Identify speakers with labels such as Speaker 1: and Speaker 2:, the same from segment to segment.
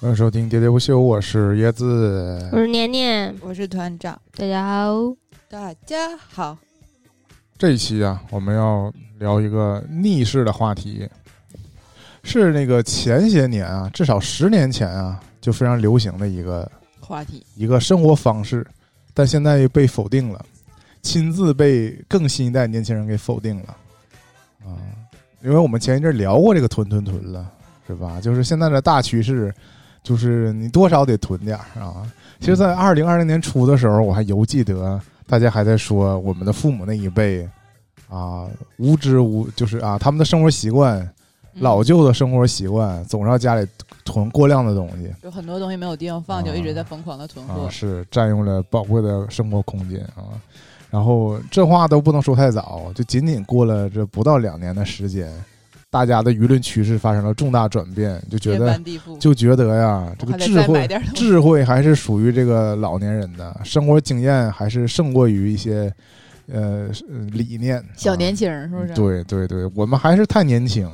Speaker 1: 欢迎收听《喋喋不休》，我是椰子
Speaker 2: 我。是年年，
Speaker 3: 我是团长，
Speaker 2: 大家好。
Speaker 3: 大家好。
Speaker 1: 这一期啊，我们要聊一个逆世的话题，是那个前些年啊，至少十年前啊，就非常流行的一个
Speaker 3: 话题
Speaker 1: 一个生活方式，但现在被否定了，亲自被更新一代年轻人给否定了啊！因为我们前一阵聊过这个“囤囤囤”了，是吧？就是现在的大趋势，就是你多少得囤点儿啊。其实，在二零二零年初的时候，我还犹记得大家还在说我们的父母那一辈啊，无知无就是啊，他们的生活习惯。嗯老旧的生活习惯，总让家里囤过量的东西，
Speaker 3: 有很多东西没有地方放，
Speaker 1: 啊
Speaker 3: 就一直在疯狂的囤
Speaker 1: 啊
Speaker 3: 货，。
Speaker 1: 是占用了宝贵的生活空间啊。然后这话都不能说太早，就仅仅过了这不到两年的时间，大家的舆论趋势发生了重大转变，就觉
Speaker 3: 天
Speaker 1: 得
Speaker 3: 翻地覆，
Speaker 1: 就觉得呀，这
Speaker 3: 我
Speaker 1: 个
Speaker 3: 还得
Speaker 1: 智
Speaker 3: 再买
Speaker 1: 慧
Speaker 3: 点东西。
Speaker 1: 智慧还是属于这个老年人的，生活经验还是胜过于一些呃是理念。
Speaker 3: 小
Speaker 1: 啊
Speaker 3: 年轻人是不是？
Speaker 1: 对对对，我们还是太年轻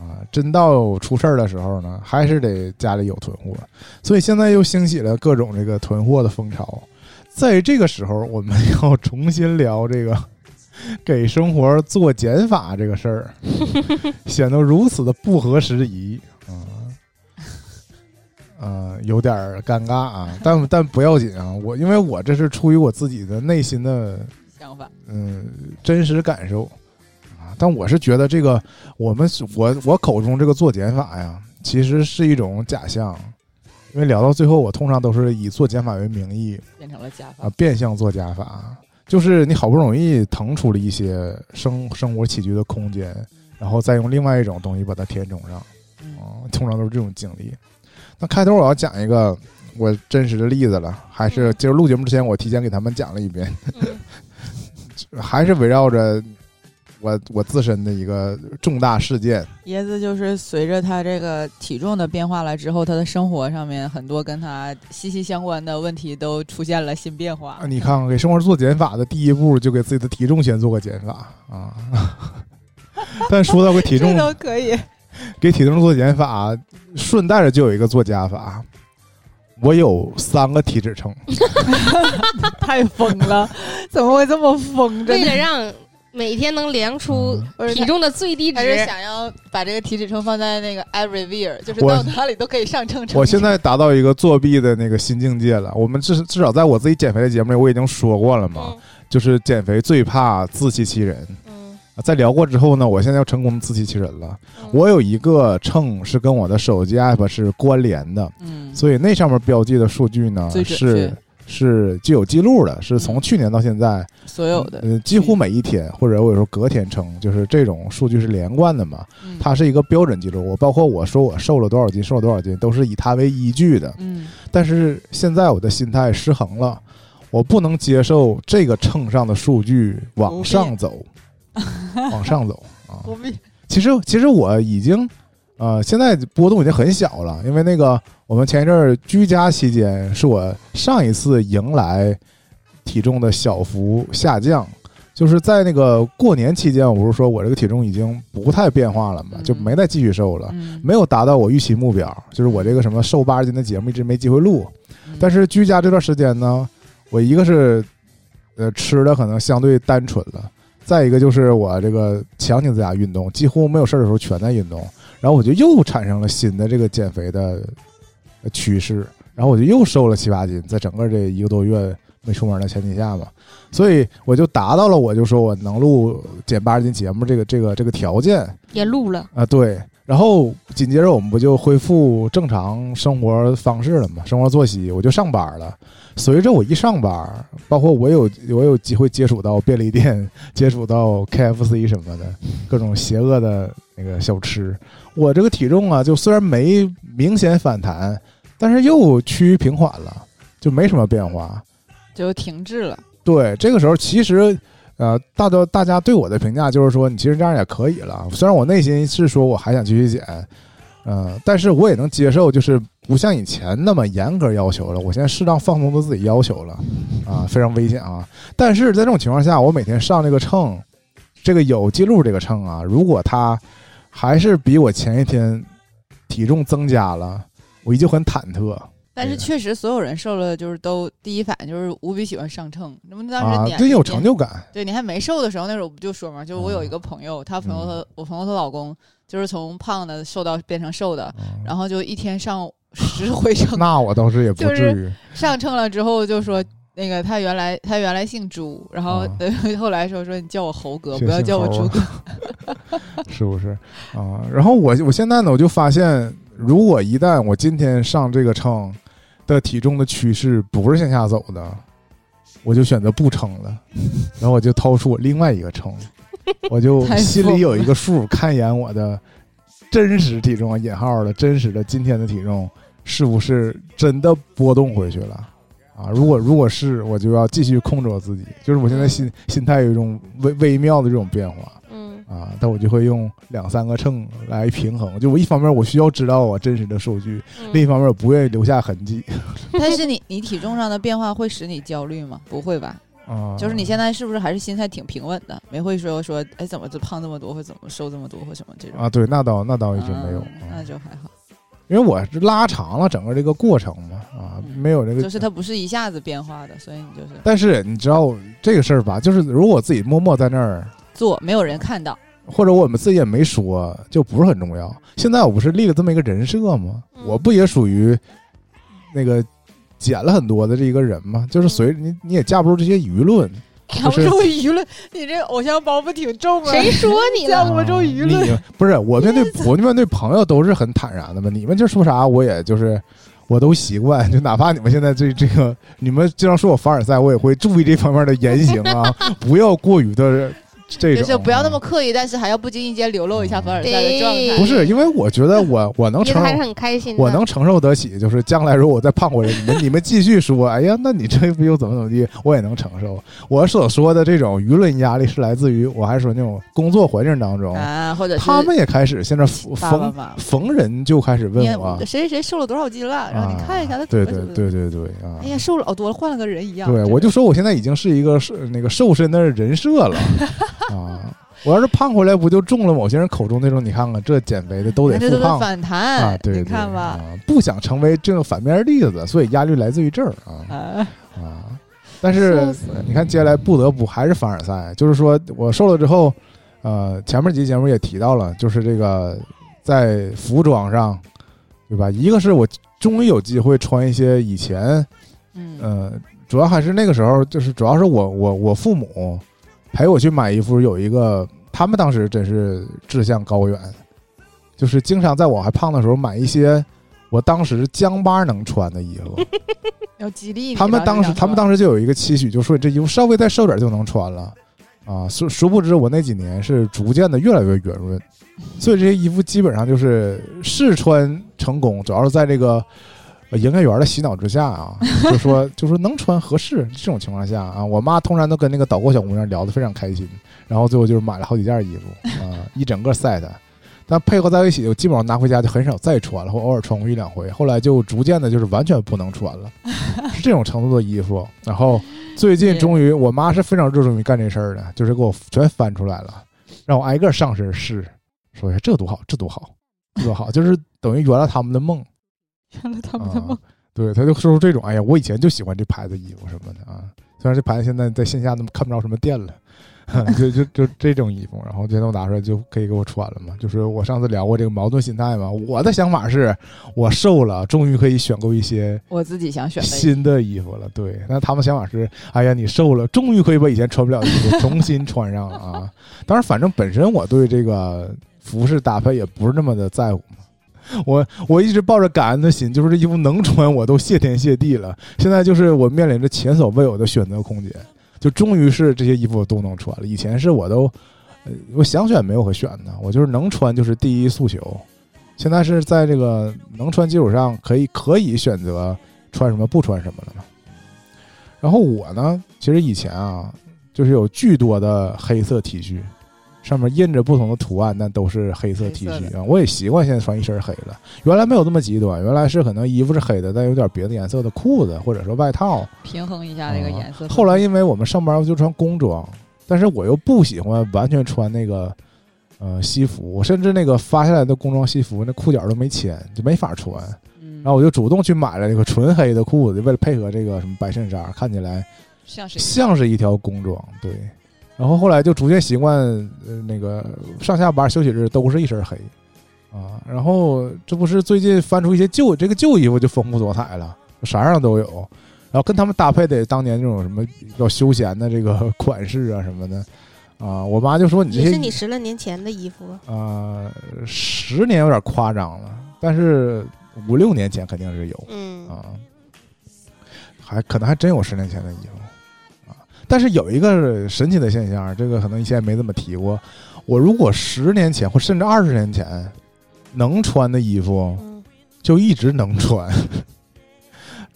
Speaker 1: 啊！真到出事儿的时候呢，还是得家里有囤货，所以现在又兴起了各种这个囤货的风潮。在这个时候，我们 要重新聊这个给生活做减法这个事儿，显得如此的不合时宜啊。呃，有点儿尴尬啊，但但不要紧啊，我因为我这是出于我自己的内心的
Speaker 3: 想法
Speaker 1: 嗯真实感受啊。但我是觉得这个我们我我口中这个做减法呀，其实是一种假象，因为聊到最后，我通常都是以做减法为名义
Speaker 3: 变成了加法
Speaker 1: 啊，，变相做加法，就是你好不容易腾出了一些生生活起居的空间，然后再用另外一种东西把它填充上。
Speaker 3: 嗯，
Speaker 1: 哦，通常都是这种经历。那开头我要讲一个我真实的例子了，还是今儿录节目之前我提前给他们讲了一遍，
Speaker 2: 嗯
Speaker 1: 还是围绕着我我自身的一个重大事件。
Speaker 3: 椰子就是随着他这个体重的变化了之后，他的生活上面很多跟他息息相关的问题都出现了新变化
Speaker 1: 啊，。你看看，给生活做减法的第一步，就给自己的体重先做个减法啊。 但说到个体重
Speaker 3: 这，都可以，
Speaker 1: 给体重做减法，顺带着就有一个做加法。我有三个体脂 秤，
Speaker 3: 太疯 了！怎么会这么疯？真
Speaker 2: 为
Speaker 3: 的
Speaker 2: 了让每天能量出
Speaker 1: 嗯
Speaker 3: 不是
Speaker 2: 体重的最低
Speaker 3: 他是
Speaker 2: 值，
Speaker 3: 想要把这个体脂秤放在那个 every year，就是
Speaker 1: 我
Speaker 3: 到哪里都可以上秤称。
Speaker 1: 我现在达到一个作弊的那个新境界了。我们至至少在我自己减肥的节目里，我已经说过了嘛，
Speaker 2: 嗯
Speaker 1: 就是减肥最怕自欺欺人。
Speaker 2: 嗯，
Speaker 1: 啊在聊过之后呢，我现在要成功地自欺欺人了。
Speaker 2: 嗯
Speaker 1: 我有一个秤是跟我的手机 app 是关联的，
Speaker 3: 嗯，
Speaker 1: 所以那上面标记的数据呢
Speaker 3: 最准
Speaker 1: 是
Speaker 3: 确
Speaker 1: 是具有记录的，是从
Speaker 3: 嗯
Speaker 1: 去年到现在，
Speaker 3: 所有的嗯
Speaker 1: 呃，几乎每一天或者我有时候隔天称，就是这种数据是连贯的嘛，
Speaker 3: 嗯
Speaker 1: 它是一个标准记录。我包括我说我瘦了多少斤，瘦了多少斤，都是以它为依据的。
Speaker 3: 嗯
Speaker 1: 但是现在我的心态失衡了，我不能接受这个秤上的数据往上走，往上走啊！
Speaker 3: 不必
Speaker 1: 其实其实我已经呃，现在波动已经很小了，因为那个我们前一阵儿居家期间是我上一次迎来体重的小幅下降。就是在那个过年期间，我不是说我这个体重已经不太变化了嘛，就
Speaker 3: 嗯
Speaker 1: 没再继续瘦了，
Speaker 3: 嗯
Speaker 1: 啊没有达到我预期目标，就是我这个什么瘦八十斤的节目一直没机会录，
Speaker 3: 嗯
Speaker 1: 但是居家这段时间呢，我一个是呃吃的可能相对单纯了，再一个就是我这个强行在家运动，几乎没有事儿的时候全在运动，然后我就又产生了新的这个减肥的呃趋势，然后我就又瘦了七八斤，在整个这一个多月没出门的前提下嘛，所以我就达到了我就说我能录减八十斤节目这个这个这个条件，
Speaker 2: 也录了，
Speaker 1: 啊，对。然后紧接着我们不就恢复正常生活方式了嘛，生活作息，我就上班了。随着我一上班，包括我有我有机会接触到便利店，接触到 KFC 什么的各种邪恶的那个小吃，我这个体重啊，就虽然没明显反弹，但是又趋于平缓了，就没什么变化。
Speaker 3: 就停滞了。
Speaker 1: 对，这个时候其实，呃，大多大家对我的评价就是说，你其实这样也可以了。虽然我内心是说我还想继续减，呃，但是我也能接受，就是不像以前那么严格要求了。我现在适当放松了自己要求了，啊，非常危险啊。但是在这种情况下，我每天上这个秤，这个有记录这个秤啊，如果它还是比我前一天体重增加了，我依旧很忐忑。
Speaker 3: 但是确实所有人瘦了就是都第一反应就是无比喜欢上秤，那么当时
Speaker 1: 啊
Speaker 3: 你，还
Speaker 1: 对，有成就嗯感。
Speaker 3: 对你还没瘦的时候，那时候我不就说嘛，就是我有一个朋友，她朋友
Speaker 1: 嗯
Speaker 3: 她、我朋友她老公就是从胖的瘦到变成瘦的，
Speaker 1: 嗯
Speaker 3: 然后就一天上十回秤，
Speaker 1: 那我倒是也不
Speaker 3: 就
Speaker 1: 至于。
Speaker 3: 上秤了之后就说。那个他原来他原来姓朱，然后、
Speaker 1: 啊
Speaker 3: 后来说说你叫我猴哥，
Speaker 1: 姓
Speaker 3: 不要叫我
Speaker 1: 姓猴
Speaker 3: 朱
Speaker 1: 啊
Speaker 3: 哥。
Speaker 1: 是不是啊？然后我我现在呢，我就发现，如果一旦我今天上这个秤的体重的趋势不是向下走的，我就选择不称了，然后我就掏出我另外一个秤，我就
Speaker 3: 太
Speaker 1: 心
Speaker 3: 疯
Speaker 1: 里有
Speaker 3: 了
Speaker 1: 一个数，看一眼我的真实体重啊，引号的真实的今天的体重是不是真的波动回去了。啊，如果如果是，我就要继续控制我自己。就是我现在心心态有一种微微妙的这种变化。
Speaker 2: 嗯
Speaker 1: 啊，但我就会用两三个秤来平衡。就我一方面我需要知道我真实的数据，
Speaker 2: 嗯
Speaker 1: 另一方面我不愿意留下痕迹
Speaker 3: 但是你你体重上的变化会使你焦虑吗？不会吧？
Speaker 1: 啊。
Speaker 3: 就是你现在是不是还是心态挺平稳的，没会说说哎怎么就胖这么多，或怎么瘦这么多，或什么这种。
Speaker 1: 啊，对，那倒那倒一直没有，
Speaker 3: 嗯
Speaker 1: 啊
Speaker 3: 那就还好，
Speaker 1: 因为我是拉长了整个这个过程嘛啊，
Speaker 3: 嗯
Speaker 1: 没有这个。
Speaker 3: 就是它不是一下子变化的，所以你就是
Speaker 1: 但是你知道这个事儿吧？就是如果我自己默默在那儿，
Speaker 3: 做，没有人看到。
Speaker 1: 或者我们自己也没说，就不是很重要。现在我不是立了这么一个人设吗？
Speaker 2: 嗯
Speaker 1: 我不也属于那个减了很多的这一个人吗？
Speaker 3: 嗯
Speaker 1: 就是随你你也架不住这些舆论，
Speaker 3: 扛不住舆论，你这偶像包袱挺重啊！
Speaker 2: 谁说你
Speaker 3: 这样
Speaker 2: 了？
Speaker 3: 我这种舆论
Speaker 1: 你不是我 面对我面对朋友都是很坦然的嘛，你们这说啥我也就是我都习惯，就哪怕你们现在这这个你们经常说我凡尔赛，我也会注意这方面的言行啊，不要过于的 这种，啊
Speaker 3: 就是不要那么刻意，但是还要不经意间流露一下凡尔赛的状态。
Speaker 1: 不是，因为我觉得我我能
Speaker 2: 你
Speaker 1: 承
Speaker 2: 还是
Speaker 1: 受。
Speaker 2: 很开心的。
Speaker 1: 我能承受得起，就是将来如果我再胖回来，你们你们继续说，哎呀，那你这不又怎么怎么地，我也能承受。我所说的这种舆论压力是来自于，我还是说那种工作环境当中，
Speaker 3: 啊，或者是
Speaker 1: 他们也开始现在
Speaker 3: 爸爸
Speaker 1: 疯
Speaker 3: 妈妈，
Speaker 1: 逢人就开始
Speaker 3: 你
Speaker 1: 问我
Speaker 3: 看，谁谁瘦了多少斤了，然后你看一下
Speaker 1: 啊
Speaker 3: 他
Speaker 1: 对
Speaker 3: 怎么
Speaker 1: 对
Speaker 3: 怎么，
Speaker 1: 对对对啊
Speaker 3: 哎！呀，瘦老多了，换了个人一样。
Speaker 1: 对，
Speaker 3: 真
Speaker 1: 我
Speaker 3: 的
Speaker 1: 就说我现在已经是一个是那个瘦身的人设 了啊！我要是胖回来，不就中了某些人口中那种你看看这减肥的都得
Speaker 3: 这
Speaker 1: 复
Speaker 3: 都是
Speaker 1: 胖
Speaker 3: 反弹
Speaker 1: 啊？对，对
Speaker 3: 你看吧，
Speaker 1: 啊，不想成为这个反面例子，所以压力来自于这儿啊
Speaker 3: 啊，
Speaker 1: 啊！但是
Speaker 2: 笑死
Speaker 1: 你看，接下来不得不还是凡尔赛，就是说我瘦了之后，呃，前面几期节目也提到了，就是这个在服装上，对吧？一个是我终于有机会穿一些以前，
Speaker 3: 嗯，
Speaker 1: 呃，主要还是那个时候，就是主要是我我我父母陪我去买衣服，有一个他们当时真是志向高远，就是经常在我还胖的时候买一些我当时将巴能穿的衣服。
Speaker 3: 要激励你吧。
Speaker 1: 他们当时，他们
Speaker 3: 时
Speaker 1: 当时就有一个期许，就说你这衣服稍微再瘦点就能穿了，啊，殊殊不知我那几年是逐渐的越来越圆润，所以这些衣服基本上就是试穿成功，主要是在这个呃营业员的洗脑之下啊，就说就说能穿合适这种情况下啊，我妈通常都跟那个导购小姑娘聊得非常开心，然后最后就是买了好几件衣服啊，一整个 set。但配合在一起，我基本上拿回家就很少再穿了，或偶尔穿过一两回，后来就逐渐的就是完全不能穿了，是这种程度的衣服。然后最近终于，我妈是非常热衷于干这事儿的，就是给我全翻出来了，让我挨个上身试，说这多好，这多好，这多好，就是等于圆了他们的梦。
Speaker 3: 圆了他们的梦
Speaker 1: 啊。对，他就说出这种，哎呀，我以前就喜欢这牌子衣服什么的啊。虽然这牌子现在在线下那么看不着什么店了， 就就就这种衣服，然后全都拿出来就可以给我穿了嘛。就是我上次聊过这个矛盾心态嘛，我的想法是我瘦了，终于可以选购一些
Speaker 3: 我自己想选的
Speaker 1: 新的衣服了。对，那他们想法是，哎呀，你瘦了，终于可以把以前穿不了的衣服重新穿上了啊。当然，反正本身我对这个服饰搭配也不是那么的在乎嘛。 我我一直抱着感恩的心，就是这衣服能穿，我都谢天谢地了。现在就是我面临着前所未有的选择空间，就终于是这些衣服我都能穿了。以前是我都，呃我想选没有可选的，我就是能穿就是第一诉求。现在是在这个能穿基础上，可以可以选择穿什么不穿什么了嘛。然后我呢，其实以前啊，就是有巨多的黑色 T 恤，上面印着不同的图案，但都是黑色 T
Speaker 3: 黑色
Speaker 1: 恤啊。我也习惯现在穿一身黑了，原来没有这么极端，原来是可能衣服是黑的，但有点别的颜色的裤子或者说外套。
Speaker 3: 平衡一下那个颜色。
Speaker 1: 啊后来因为我们上班就穿工装，但是我又不喜欢完全穿那个呃西服，我甚至那个发下来的工装西服那裤脚都没牵，就没法穿。
Speaker 3: 嗯，
Speaker 1: 然后我就主动去买了这个纯黑的裤子，为了配合这个什么白衬纱，看起来
Speaker 3: 像谁？
Speaker 1: 像是一条工装。对，然后后来就逐渐习惯，呃，那个上下班、休息日都是一身黑啊。然后这不是最近翻出一些旧这个旧衣服，就丰富多彩了，啥样都有。然后跟他们搭配的当年那种什么比较休闲的这个款式啊什么的啊，我妈就说你这
Speaker 2: 也
Speaker 1: 些
Speaker 2: 是你十来年前的衣服吧？
Speaker 1: 啊，十年有点夸张了，但是五六年前肯定是有
Speaker 2: 嗯，
Speaker 1: 啊，还可能还真有十年前的衣服啊。但是有一个神奇的现象，这个可能以前没怎么提过。我如果十年前或甚至二十年前能穿的衣服，
Speaker 2: 嗯，
Speaker 1: 就一直能穿。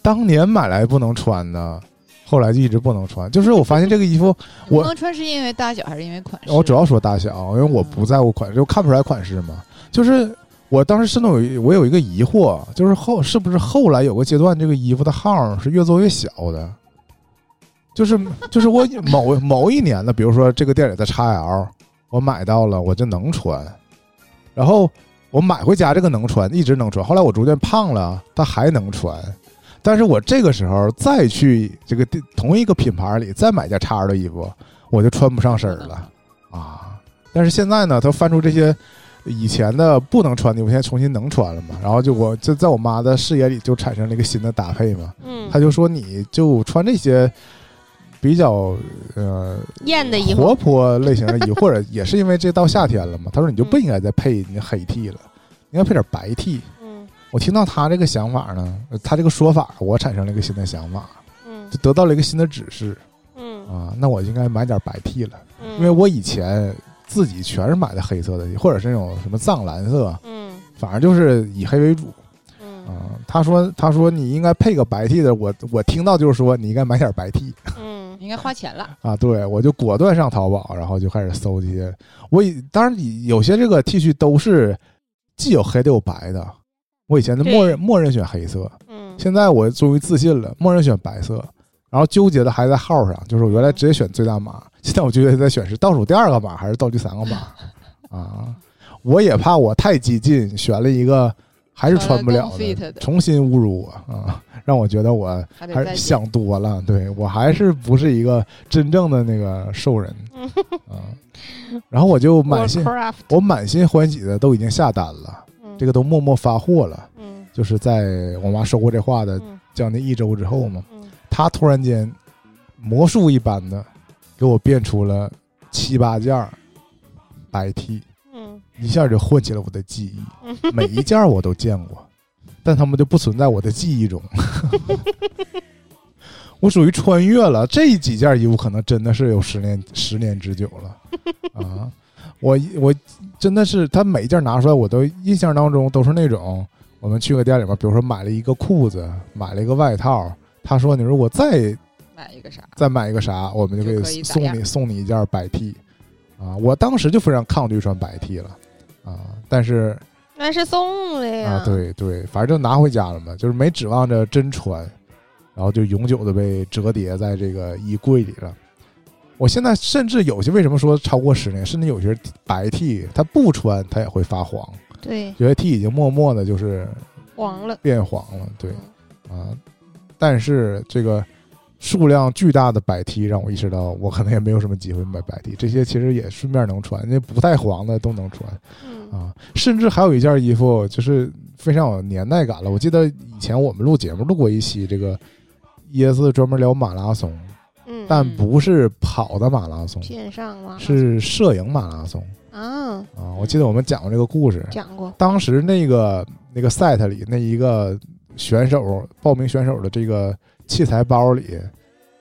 Speaker 1: 当年买来不能穿的，后来就一直不能穿。就是我发现这个衣服，我
Speaker 3: 不能穿是因为大小还是因为款式？
Speaker 1: 我主要说大小，因为我不在乎款，就看不出来款式嘛。就是我当时甚至有一我有一个疑惑，就是后是不是后来有个阶段，这个衣服的号儿是越做越小的？就是就是我 某某一年的，比如说这个店里的 XL，我买到了，我就能穿，然后我买回家这个能穿，一直能穿。后来我逐渐胖了，它还能穿。但是我这个时候再去这个店同一个品牌里再买件 XL 的衣服，我就穿不上身儿了啊！但是现在呢，他翻出这些以前的不能穿的，我现在重新能穿了嘛。然后就我就在我妈的视野里就产生了一个新的搭配嘛。
Speaker 2: 嗯，
Speaker 1: 她就说你就穿这些比较呃
Speaker 2: 艳的衣
Speaker 1: 活
Speaker 2: 服，
Speaker 1: 泼类型的衣服，或者也是因为这到夏天了嘛。她说你就不应该再配你黑 T 了，你应该配点白 T。
Speaker 2: 嗯
Speaker 1: 我听到她这个想法呢，呃她这个说法，我产生了一个新的想法，
Speaker 2: 嗯
Speaker 1: 就得到了一个新的指示
Speaker 2: 嗯
Speaker 1: 啊。那我应该买点白 T 了。
Speaker 2: 嗯，
Speaker 1: 因为我以前自己全是买的黑色的，或者是那种什么藏蓝色，
Speaker 2: 嗯
Speaker 1: 反正就是以黑为主啊、
Speaker 2: 嗯
Speaker 1: 他说，他说你应该配个白 T 的，我我听到就是说你应该买点白 T
Speaker 2: 嗯
Speaker 3: 应该花钱了。
Speaker 1: 啊，对我就果断上淘宝，然后就开始搜这些。我以当然以有些这个 T 恤都是既有黑的有白的，我以前的默认默认选黑色，
Speaker 2: 嗯，
Speaker 1: 现在我终于自信了，默认选白色。然后纠结的还在号上，就是我原来直接选最大码，现在我纠结在选是倒数第二个码还是倒第三个 码啊！我也怕我太激进，选了一个还是穿不了
Speaker 3: 穿了更 fit
Speaker 1: 的，
Speaker 3: 的
Speaker 1: 重新侮辱我啊，让我觉得我
Speaker 3: 还得
Speaker 1: 还
Speaker 3: 再
Speaker 1: 是想多了，对我还是不是一个真正的那个兽人
Speaker 2: 嗯
Speaker 1: 啊。然后我就满心，
Speaker 2: Warcraft，
Speaker 1: 我满心欢喜的都已经下单了，
Speaker 2: 嗯
Speaker 1: 这个都默默发货了，
Speaker 2: 嗯
Speaker 1: 就是在我妈说过这话的
Speaker 2: 嗯
Speaker 1: 将近一周之后嘛，
Speaker 2: 嗯
Speaker 1: 他突然间魔术一般的给我变出了七八件儿白 T，
Speaker 2: 嗯
Speaker 1: 一下就唤起了我的记
Speaker 2: 嗯
Speaker 1: 忆，每一件儿我都见过，但他们就不存在我的记忆中。 我属于穿越了，这几件衣服可能真的是有十年十年之久了啊！我我真的是，他每一件拿出来，我都印象当中都是那种，我们去个店里面，比如说买了一个裤子，买了一个外套，他说你如果再
Speaker 3: 买一个啥？
Speaker 1: 再买一个啥，我们就
Speaker 3: 就
Speaker 1: 可
Speaker 3: 可
Speaker 1: 以
Speaker 3: 以打
Speaker 1: 送
Speaker 3: 样
Speaker 1: 你送你一件白 T，啊，我当时就非常抗拒穿白 T 了，啊，但是
Speaker 2: 那是送的呀，
Speaker 1: 啊，，对对，反正就拿回家了嘛，就是没指望着真穿，然后就永久的被折叠在这个衣柜里了。我现在甚至有些为什么说超过十年，甚至有些白 T 它不穿它也会发黄，
Speaker 2: 对，
Speaker 1: 有些 T 已经默默的就是
Speaker 2: 黄了，
Speaker 1: 变黄了，对啊，但是这个数量巨大的白 T 让我意识到，我可能也没有什么机会买白 T，这些其实也顺便能穿，那不太黄的都能穿。
Speaker 2: 嗯
Speaker 1: 啊，甚至还有一件衣服就是非常有年代感了。我记得以前我们录节目录过一期这个椰子专门聊马拉松，
Speaker 2: 嗯，
Speaker 1: 但不是跑的马拉松，
Speaker 2: 线上嘛，
Speaker 1: 是摄影马拉松
Speaker 2: 啊，
Speaker 1: 啊。我记得我们讲过这个故事，
Speaker 2: 讲过，
Speaker 1: 当时那个那个 set 里那一个选手报名选手的这个器材包里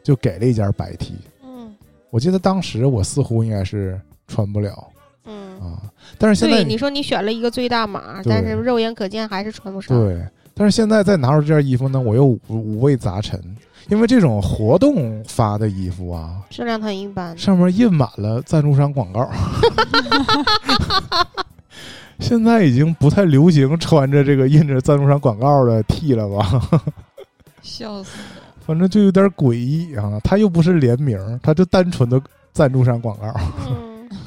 Speaker 1: 就给了一件白 T。
Speaker 2: 嗯
Speaker 1: 我记得当时我似乎应该是穿不了
Speaker 2: 嗯。
Speaker 1: 啊，但是现在
Speaker 2: 对，你说你选了一个最大码，
Speaker 1: 对
Speaker 2: 但是肉眼可见还是穿不上。
Speaker 1: 对，但是现在再拿出这件衣服呢，我又五五味杂陈，因为这种活动发的衣服啊，
Speaker 2: 质量很一般。
Speaker 1: 上面印满了赞助商 广告。现在已经不太流行穿着这个印着赞助商广告的 T 了吧？
Speaker 3: 笑死！
Speaker 1: 反正就有点诡异啊！它又不是联名，它就单纯的赞助商广告
Speaker 2: 嗯，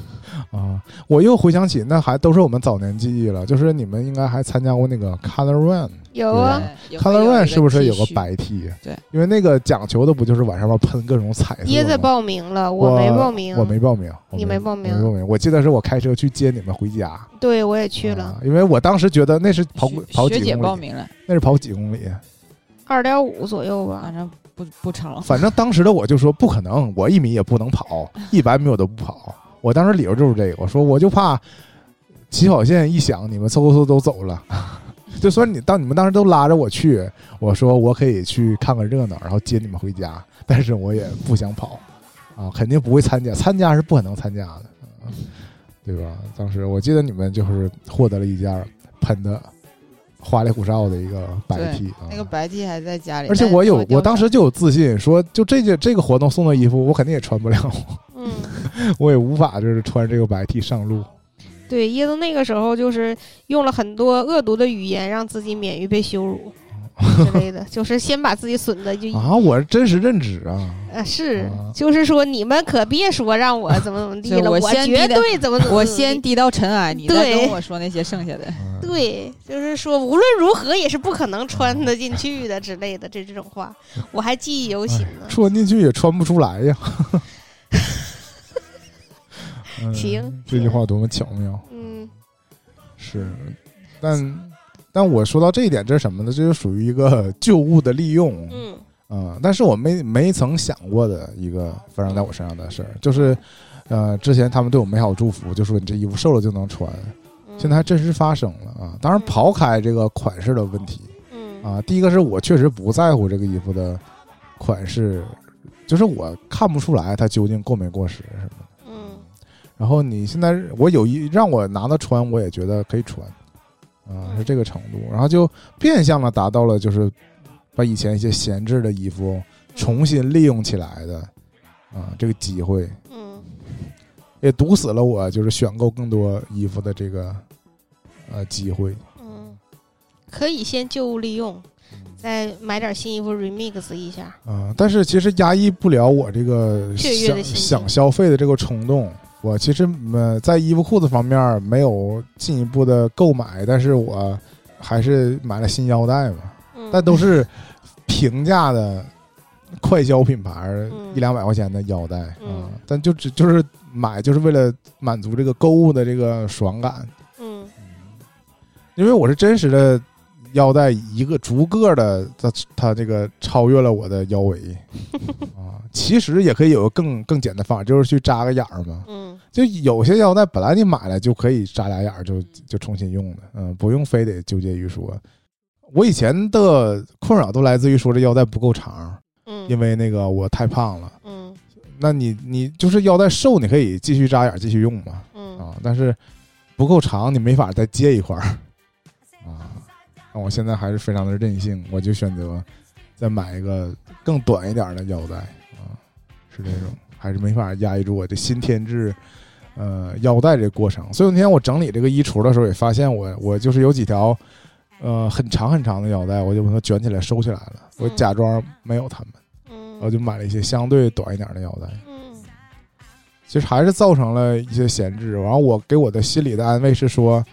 Speaker 1: 啊，我又回想起那还都是我们早年记忆了，就是你们应该还参加过那个 Color Run。
Speaker 2: 有
Speaker 1: 对
Speaker 2: 啊，
Speaker 3: 对
Speaker 1: Color Run 是不是有个？
Speaker 3: 也会一 T
Speaker 1: 白 T？
Speaker 3: 对，
Speaker 1: 因为那个讲求的不就是晚上面喷各种彩色吗？
Speaker 2: 椰子报名了，我没报名，
Speaker 1: 我没报名，我
Speaker 2: 你
Speaker 1: 没
Speaker 2: 没报名
Speaker 1: 我没报名。我记得是我开车去接你们回家，
Speaker 2: 对我也去
Speaker 1: 啊
Speaker 2: 了，
Speaker 1: 因为我当时觉得那是跑
Speaker 3: 恤
Speaker 1: 跑
Speaker 3: 学
Speaker 1: 几
Speaker 3: 姐报
Speaker 1: 公里，
Speaker 3: 名了，
Speaker 1: 那是跑几公里。
Speaker 2: 二点五左右吧
Speaker 3: 反。正不不长。
Speaker 1: 反正当时的我就说不可能，我一米也不能 跑，一百米我都不跑。我当时理由就是这个，我说我就怕起跑线一响，你们嗖嗖嗖都走了。 就说你当你们当时都拉着我去，我说我可以去看看热闹，然后接你们回家， 但是我也不想跑啊，肯定不会参加，参加是不可能参加的，嗯对吧？当时我记得你们就是获得了一件喷的花里胡哨的一个白 T，啊
Speaker 3: 那个白 T 还在家里，
Speaker 1: 而且
Speaker 3: 但
Speaker 1: 我有
Speaker 3: 是，
Speaker 1: 我当时就有自信，说就这件这个活动送的衣服，我肯定也穿不了，
Speaker 2: 嗯，
Speaker 1: 我也无法就是穿这个白 T 上路。
Speaker 2: 对，椰子那个时候就是用了很多恶毒的语言，让自己免于被羞辱之 类的，就是先把自己损的就一
Speaker 1: 啊，我是真实认知啊，
Speaker 2: 呃，是
Speaker 1: 啊，
Speaker 2: 就是说你们可别说让我怎么怎么地
Speaker 3: 对
Speaker 2: 了，
Speaker 3: 我
Speaker 2: 我
Speaker 3: 先
Speaker 2: 绝
Speaker 3: 低的
Speaker 2: 对怎么怎么怎么地。
Speaker 3: 我先低到尘埃，你再
Speaker 2: 对
Speaker 3: 跟我说那些剩下的。
Speaker 1: 嗯
Speaker 2: 对，就是说无论如何也是不可能穿得进去的之类的这这种话，我还记忆犹新呢。
Speaker 1: 穿进去也穿不出来呀。嗯
Speaker 2: 行
Speaker 1: 这句话多么巧妙，
Speaker 2: 嗯，
Speaker 1: 是，但但我说到这一点，这是什么呢？这就属于一个 旧物的利用，
Speaker 2: 嗯，
Speaker 1: 嗯，但是我没没曾想过的一个发生在我身上的事儿，就是，呃，之前他们对我美好祝福，就说你这衣服瘦了就能穿，
Speaker 2: 嗯
Speaker 1: 现在还真实发生了啊！当然，
Speaker 2: 嗯
Speaker 1: 刨开这个款式的问题
Speaker 2: 嗯
Speaker 1: 啊，第一个是我确实不在乎这个衣服的款式，就是我看不出来它究竟过没过时什么的。
Speaker 2: 嗯
Speaker 1: 然后你现在我有一让我拿它穿，我也觉得可以穿，啊，
Speaker 2: 嗯
Speaker 1: 是这个程度。然后就变相的达到了就是把以前一些闲置的衣服重新利用起来的啊这个机会，
Speaker 2: 嗯
Speaker 1: 也堵死了我就是选购更多衣服的这个呃机会。
Speaker 2: 嗯，可以先旧物利用，再买点新衣服 remix 一下。
Speaker 1: 啊、但是其实压抑不了我这个
Speaker 2: 雀跃
Speaker 1: 想
Speaker 2: 的心情
Speaker 1: 想消费的这个冲动。我其实呃在衣服裤子方面没有进一步的购买，但是我还是买了新腰带嘛，
Speaker 2: 嗯，
Speaker 1: 但都是平价的快消品牌儿
Speaker 2: 嗯
Speaker 1: 一两百块钱的腰带啊、
Speaker 2: 嗯
Speaker 1: 但就只就是买就是为了满足这个购物的这个爽感，
Speaker 2: 嗯
Speaker 1: 因为我是真实的腰带一个逐个的，它它这个超越了我的腰围啊。其实也可以有个更更简单的方法，就是去扎个眼儿嘛。
Speaker 2: 嗯
Speaker 1: 就有些腰带本来你买了就可以扎俩眼儿，就就重新用的，嗯，不用非得纠结于说。我以前的困扰都来自于说这腰带不够长，
Speaker 2: 嗯，
Speaker 1: 因
Speaker 2: 为
Speaker 1: 为那个我太胖了。
Speaker 2: 嗯
Speaker 1: 那你你就是腰带瘦，你可以继续扎眼儿继续用嘛，
Speaker 2: 嗯
Speaker 1: 啊，但是不够长，你没法再接一块儿啊。那我现在还是非常的任性，我就选择再买一个更短一点的腰带啊，是这种，还是没法压抑住我这新添置呃腰带这过程。所以那天我整理这个衣橱的时候，也发现我我就是有几条呃很长很长的腰带，我就把它卷起来收起来了，我
Speaker 2: 嗯
Speaker 1: 假装没有它们，
Speaker 2: 嗯，
Speaker 1: 啊我就买了一些相对短一点的腰带。
Speaker 2: 嗯
Speaker 1: 其实还是造成了一些闲置。然后我给我的心里的安慰是说，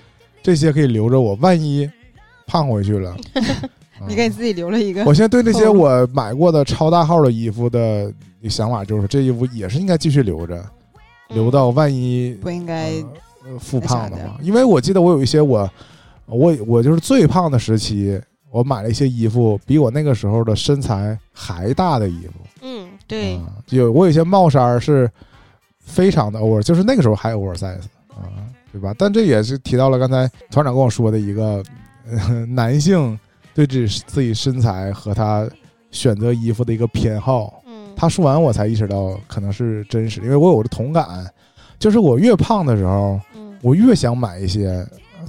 Speaker 1: 这些可以留着我，万一胖回去了，啊
Speaker 3: 你给你自己留了一个
Speaker 1: 我现在对那些
Speaker 3: 后路
Speaker 1: 我买过的超大号的衣服的想法就是，这衣服也是应该继续留着，留到万一
Speaker 3: 嗯不应该
Speaker 1: 呃呃复胖的
Speaker 3: 那啥
Speaker 1: 话
Speaker 3: 的，
Speaker 1: 因为我记得我有一些我我我就是最胖的时期，我买了一些衣服比我那个时候的身材还大的衣服。
Speaker 2: 嗯对
Speaker 1: 啊，有我有一些帽衫儿是非常的 over，就是那个时候还 oversize 啊，对吧？但这也是提到了刚才团长跟我说的一个、 呃男性对自己自己身材和他选择衣服的一个偏好。
Speaker 2: 嗯
Speaker 1: 他说完我才意识到可能是真实，因为我有的同感，就是我越胖的时候，
Speaker 2: 嗯
Speaker 1: 我越想买一些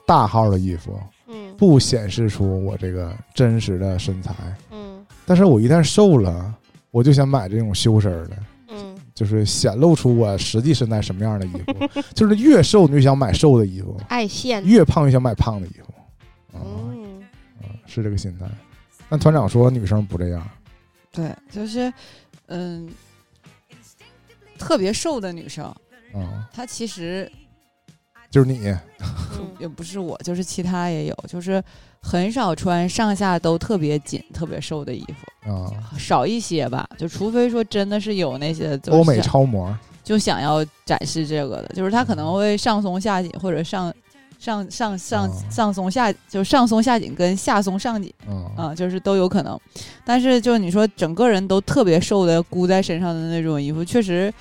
Speaker 1: 大号的衣服，
Speaker 2: 嗯
Speaker 1: 不显示出我这个真实的身材。
Speaker 2: 嗯
Speaker 1: 但是我一旦瘦了，我就想买这种修身儿的。
Speaker 2: 嗯
Speaker 1: 就是显露出我实际身材什么样的衣服。 就是越瘦你就想买瘦的衣服，
Speaker 2: 爱现
Speaker 1: 越胖越想买胖的衣服，啊、
Speaker 2: 嗯
Speaker 1: 是这个心态。但团长说女生不这样，
Speaker 3: 对，就是嗯，特别瘦的女生，
Speaker 1: 啊、
Speaker 3: 她其实
Speaker 1: 就是你，
Speaker 2: 嗯
Speaker 3: 也不是我，就是其他也有，就是很少穿上下都特别紧、特别瘦的衣服，
Speaker 1: 啊，
Speaker 3: 少一些吧。就除非说真的是有那些就是
Speaker 1: 欧美
Speaker 3: 想
Speaker 1: 超模，
Speaker 3: 就想要展示这个的，就是他可
Speaker 1: 嗯
Speaker 3: 能会上松下紧，或者上上上
Speaker 1: 哦
Speaker 3: 上上松下，就是上松下紧跟下松上紧
Speaker 1: 啊
Speaker 3: 啊、就是都有可能。但是就你说整个人都特别瘦的箍在身上的那种衣服，确实